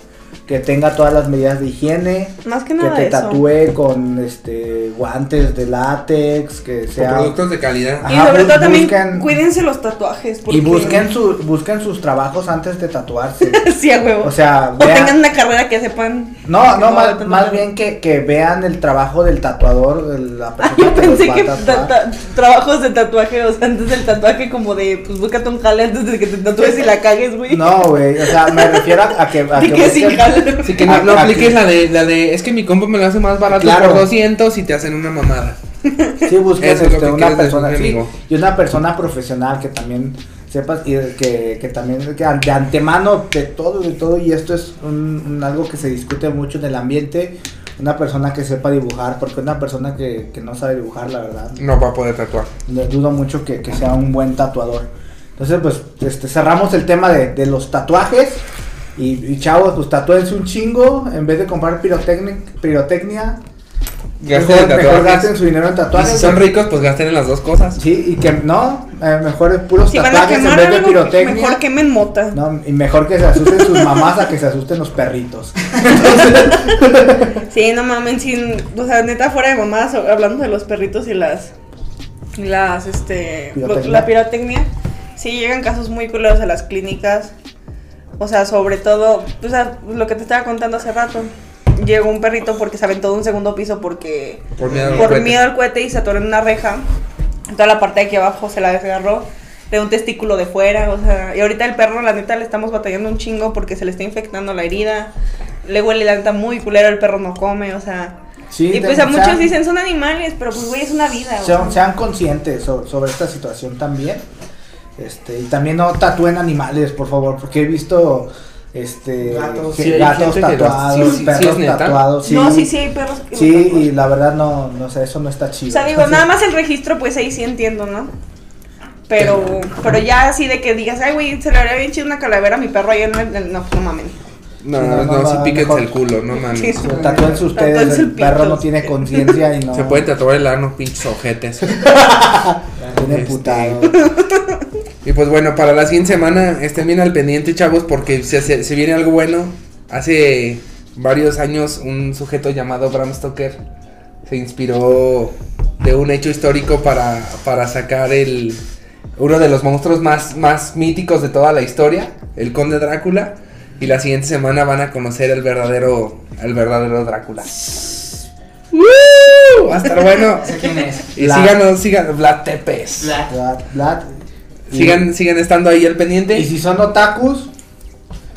[SPEAKER 1] que tenga todas las medidas de higiene,
[SPEAKER 4] Más que
[SPEAKER 1] que,
[SPEAKER 4] nada
[SPEAKER 1] te
[SPEAKER 4] eso.
[SPEAKER 1] tatúe con este guantes de látex, que
[SPEAKER 2] Con
[SPEAKER 1] sea
[SPEAKER 2] productos de calidad.
[SPEAKER 1] Ah,
[SPEAKER 4] Y
[SPEAKER 1] Ajá,
[SPEAKER 4] sobre
[SPEAKER 1] bu-
[SPEAKER 4] todo también
[SPEAKER 1] busquen-
[SPEAKER 4] cuídense los tatuajes.
[SPEAKER 1] y
[SPEAKER 4] porque-
[SPEAKER 1] busquen su, busquen sus trabajos antes de tatuarse.
[SPEAKER 4] (laughs) sí, a huevo.
[SPEAKER 1] O
[SPEAKER 4] (laughs)
[SPEAKER 1] sea,
[SPEAKER 4] O
[SPEAKER 1] vean-
[SPEAKER 4] tengan una carrera que sepan.
[SPEAKER 1] No, no,
[SPEAKER 4] No,
[SPEAKER 1] más,
[SPEAKER 4] tanto
[SPEAKER 1] más
[SPEAKER 4] no.
[SPEAKER 1] bien que, que vean el trabajo del tatuador, de la
[SPEAKER 4] Ah,
[SPEAKER 1] persona
[SPEAKER 4] (laughs) yo
[SPEAKER 1] que los
[SPEAKER 4] pensé
[SPEAKER 1] va a
[SPEAKER 4] que
[SPEAKER 1] tatuar.
[SPEAKER 4] ta- ta- trabajos de tatuaje, o sea, antes del tatuaje, como de, pues búscate un jale antes de que te tatúes y la cagues, güey. (laughs)
[SPEAKER 1] No, güey, o sea, me refiero a, a que... A
[SPEAKER 4] Di que sin
[SPEAKER 1] busquen-
[SPEAKER 4] jale.
[SPEAKER 2] Así que no,
[SPEAKER 1] Ah,
[SPEAKER 2] no
[SPEAKER 1] ah, (laughs)
[SPEAKER 2] apliques
[SPEAKER 1] sí.
[SPEAKER 2] la de, la de, es que mi compa me lo hace más barato
[SPEAKER 1] Claro.
[SPEAKER 2] por 200 y te hacen una mamada.
[SPEAKER 1] Sí, buscas
[SPEAKER 2] Eso es lo
[SPEAKER 1] este,
[SPEAKER 2] que
[SPEAKER 1] una
[SPEAKER 2] quieres de
[SPEAKER 1] persona
[SPEAKER 2] un
[SPEAKER 1] sí,
[SPEAKER 2] amigo.
[SPEAKER 1] y una persona profesional que también sepas y que, que también que de antemano de todo de todo y esto es un, un algo que se discute mucho en el ambiente una persona que sepa dibujar porque una persona que, que no sabe dibujar la verdad
[SPEAKER 2] No va a poder tatuar.
[SPEAKER 1] les dudo mucho que, que sea un buen tatuador entonces pues este, cerramos el tema de, de los tatuajes y, y chavos pues tatúense un chingo en vez de comprar pirotecnia pirotecnia
[SPEAKER 2] Gasten
[SPEAKER 1] mejor,
[SPEAKER 2] en
[SPEAKER 1] mejor
[SPEAKER 2] tatuajes.
[SPEAKER 1] gasten su dinero en
[SPEAKER 2] Y
[SPEAKER 1] tatuajes
[SPEAKER 2] si son ricos, pues gasten en las dos cosas.
[SPEAKER 1] Sí, y que no, eh, mejor de puros
[SPEAKER 4] Si van a
[SPEAKER 1] tatuajes en vez
[SPEAKER 4] quemar
[SPEAKER 1] de
[SPEAKER 4] algo, pues,
[SPEAKER 1] pirotecnia.
[SPEAKER 4] mejor quemen mota.
[SPEAKER 1] No, y mejor que se asusten sus mamás a que se asusten los perritos.
[SPEAKER 4] Sí, no mamen, sin, o sea, neta fuera de mamadas, o- hablando de los perritos y las, y las, este, lo-
[SPEAKER 1] Pirotecnia.
[SPEAKER 4] la pirotecnia, sí llegan casos muy culeros a las clínicas, o sea, sobre todo, o sea, lo que te estaba contando hace rato, llegó un perrito porque se aventó de un segundo piso porque,
[SPEAKER 2] Por miedo a los
[SPEAKER 4] por
[SPEAKER 2] cohetes.
[SPEAKER 4] miedo al cohete y se atoró en una reja, toda la parte de aquí abajo se la desgarró, de un testículo de fuera, o sea, y ahorita el perro, la neta, le estamos batallando un chingo porque se le está infectando la herida, le huele la neta muy culero, el perro no come, o sea.
[SPEAKER 1] Sí,
[SPEAKER 4] y
[SPEAKER 1] de-
[SPEAKER 4] pues a muchos
[SPEAKER 1] sean-
[SPEAKER 4] dicen son animales, pero pues güey, es una vida,
[SPEAKER 1] Sean,
[SPEAKER 4] güey.
[SPEAKER 1] sean conscientes so- sobre, esta situación también. Este, y también no tatúen animales, por favor, porque he visto este
[SPEAKER 6] Gatos.
[SPEAKER 1] que-
[SPEAKER 2] Sí, hay
[SPEAKER 1] gatos
[SPEAKER 2] gente que los-
[SPEAKER 1] tatuados,
[SPEAKER 2] sí, sí,
[SPEAKER 1] perros
[SPEAKER 2] sí, es neta.
[SPEAKER 1] tatuados. Sí,
[SPEAKER 4] No, sí, sí hay perros que
[SPEAKER 1] Sí,
[SPEAKER 4] lo tatuan.
[SPEAKER 1] y la verdad no, no sé, eso no está chido.
[SPEAKER 4] O sea, digo, nada más el registro, pues ahí sí entiendo, ¿no? Pero, pero ya así de que digas, ay, güey, se le haría bien chido una calavera a mi perro ayer, no, no, pues, no mamen.
[SPEAKER 2] No,
[SPEAKER 1] Sí, no,
[SPEAKER 2] no,
[SPEAKER 1] no,
[SPEAKER 2] sí
[SPEAKER 1] no,
[SPEAKER 2] píquense
[SPEAKER 1] mejor.
[SPEAKER 2] el culo, no mames.
[SPEAKER 4] Sí,
[SPEAKER 1] Sí, Tatúense ustedes,
[SPEAKER 4] Tatúense
[SPEAKER 1] el
[SPEAKER 4] el
[SPEAKER 1] perro
[SPEAKER 4] pito.
[SPEAKER 1] no tiene conciencia y
[SPEAKER 2] (laughs)
[SPEAKER 1] no
[SPEAKER 2] Se pueden tatuar el ano, pinches ojetes.
[SPEAKER 1] (laughs) tiene
[SPEAKER 2] este,
[SPEAKER 1] putado.
[SPEAKER 2] Y pues bueno, para la siguiente semana estén bien al pendiente, chavos, porque se, se- se viene algo bueno. Hace varios años un sujeto llamado Bram Stoker se inspiró de un hecho histórico para, para sacar el uno de los monstruos más, más míticos de toda la historia, el conde Drácula. Y la siguiente semana van a conocer el verdadero, el verdadero Drácula. ¡Woo! Va a estar bueno.
[SPEAKER 6] sé quién es.
[SPEAKER 2] Y
[SPEAKER 1] Vlad.
[SPEAKER 2] síganos, síganos, Vlad Tepes.
[SPEAKER 6] Black.
[SPEAKER 1] Vlad, Vlad. Y-
[SPEAKER 2] Sigan, sigan estando ahí al pendiente.
[SPEAKER 1] Y si son otakus,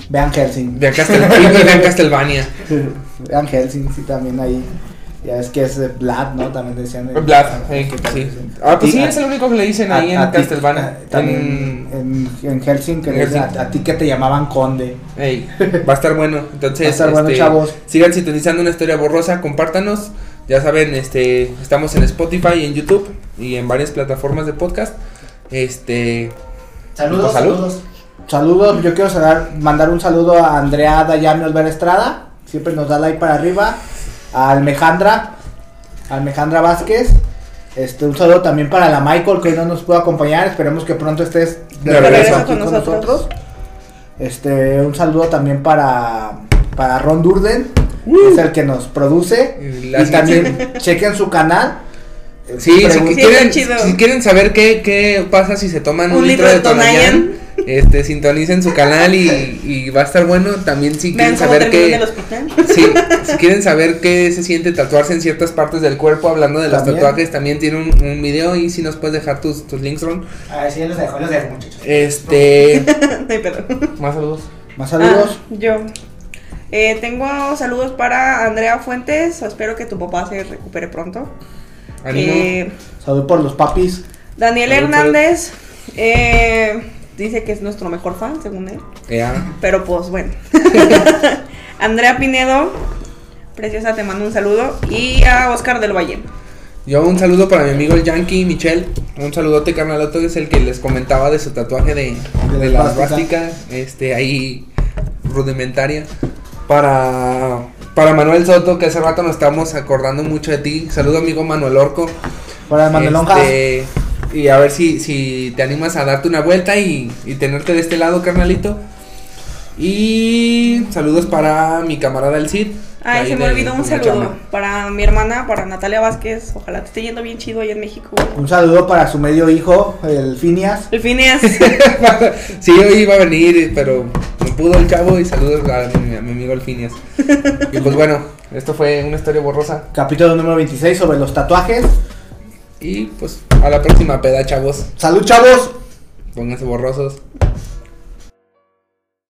[SPEAKER 1] vean Helsing.
[SPEAKER 2] Vean, Castel- y vean Castlevania.
[SPEAKER 1] Vean Helsing, sí, también ahí. Ya es que es eh, Vlad, ¿no? También decían. eh,
[SPEAKER 2] Vlad, eh,
[SPEAKER 1] que
[SPEAKER 2] sí.
[SPEAKER 1] también-
[SPEAKER 2] Ah, pues
[SPEAKER 1] Y
[SPEAKER 2] sí,
[SPEAKER 1] a-
[SPEAKER 2] es el único que le dicen ahí
[SPEAKER 1] a- a
[SPEAKER 2] en
[SPEAKER 1] ti-
[SPEAKER 2] Castlevania.
[SPEAKER 1] a- También
[SPEAKER 2] En-
[SPEAKER 1] en, en Helsing, que
[SPEAKER 2] en
[SPEAKER 1] le dicen
[SPEAKER 2] Helsing.
[SPEAKER 1] a, a ti que te llamaban Conde.
[SPEAKER 2] Ey, va a estar bueno. Entonces, este,
[SPEAKER 1] Va a estar bueno, chavos.
[SPEAKER 2] sigan sintonizando una historia borrosa, compártanos. Ya saben, este, estamos en Spotify, en YouTube y en varias plataformas de podcast. Este,
[SPEAKER 6] Saludos,
[SPEAKER 2] Pues, salud.
[SPEAKER 6] saludos.
[SPEAKER 1] Saludos, yo quiero saludar- mandar un saludo a Andrea Dayami Olvera Estrada. Siempre nos da like para arriba. A Almejandra, Almejandra Vázquez. Este, un saludo también para la Michael que hoy no nos pudo acompañar. Esperemos que pronto estés
[SPEAKER 2] De regreso
[SPEAKER 1] aquí
[SPEAKER 4] con nosotros.
[SPEAKER 1] Este, un saludo también para, para Ron Durden, que es el que nos produce.
[SPEAKER 2] Y
[SPEAKER 1] Y,
[SPEAKER 2] la siguiente-
[SPEAKER 1] también chequen su canal.
[SPEAKER 2] sí, si,
[SPEAKER 1] Pregun-
[SPEAKER 4] Sí,
[SPEAKER 2] quieren,
[SPEAKER 4] está chido.
[SPEAKER 2] si quieren saber qué, qué pasa si se toman un, litro, de Tonayán, este, sintonicen su canal y, y va a estar bueno. También si quieren
[SPEAKER 4] Vean cómo
[SPEAKER 2] saber
[SPEAKER 4] terminan en
[SPEAKER 2] qué,
[SPEAKER 4] el hospital. (laughs)
[SPEAKER 2] Sí, si quieren saber qué se siente tatuarse en ciertas partes del cuerpo, hablando de los
[SPEAKER 1] También.
[SPEAKER 2] tatuajes, también tiene un, un video y si nos puedes dejar tus, tus links, Ron.
[SPEAKER 6] A ver si ya los dejó, los dejó, muchachos.
[SPEAKER 2] Este,
[SPEAKER 4] No hay pedo.
[SPEAKER 2] más saludos.
[SPEAKER 1] Más saludos.
[SPEAKER 4] Ah, yo. Eh, tengo saludos para Andrea Fuentes. Espero que tu papá se recupere pronto.
[SPEAKER 2] Ánimo.
[SPEAKER 4] Eh,
[SPEAKER 1] Saludos por los papis.
[SPEAKER 4] Daniel
[SPEAKER 2] Saludos,
[SPEAKER 4] Hernández eh, dice que es nuestro mejor fan, según él.
[SPEAKER 2] Ya.
[SPEAKER 4] Pero pues
[SPEAKER 2] (laughs)
[SPEAKER 4] bueno. Andrea Pinedo, preciosa, te mando un saludo. Y a Oscar del Valle.
[SPEAKER 2] Yo un saludo para mi amigo el Yankee, Michelle. Un saludote, carnaloto, que es el que les comentaba de su tatuaje de,
[SPEAKER 1] De
[SPEAKER 2] de
[SPEAKER 1] la
[SPEAKER 2] la
[SPEAKER 1] esvástica.
[SPEAKER 2] plástica, este, ahí rudimentaria. Para, para Manuel Soto, que hace rato nos estamos acordando mucho de ti. Saludo, amigo Manuel Orco.
[SPEAKER 1] Para Manuelonja.
[SPEAKER 2] Este, y a ver si, si te animas a darte una vuelta y, y tenerte de este lado, carnalito. Y saludos para mi camarada El Cid.
[SPEAKER 4] Ay,
[SPEAKER 2] ahí
[SPEAKER 4] Ah, se me
[SPEAKER 2] de-
[SPEAKER 4] olvidó un
[SPEAKER 2] de la
[SPEAKER 4] saludo
[SPEAKER 2] chamba. (laughs)
[SPEAKER 4] para mi hermana, para Natalia Vázquez. Ojalá te esté yendo bien chido allá en México.
[SPEAKER 1] Un saludo para su medio hijo, el Finias.
[SPEAKER 4] El Phineas.
[SPEAKER 2] Sí, hoy iba a venir, pero no pudo el chavo y saludos a mi, a mi amigo
[SPEAKER 4] (laughs)
[SPEAKER 2] Alfinias. y pues bueno, esto fue una historia borrosa.
[SPEAKER 1] Capítulo número 26 sobre los tatuajes.
[SPEAKER 2] Y pues a la próxima peda, chavos.
[SPEAKER 1] Salud, chavos.
[SPEAKER 2] Pónganse borrosos.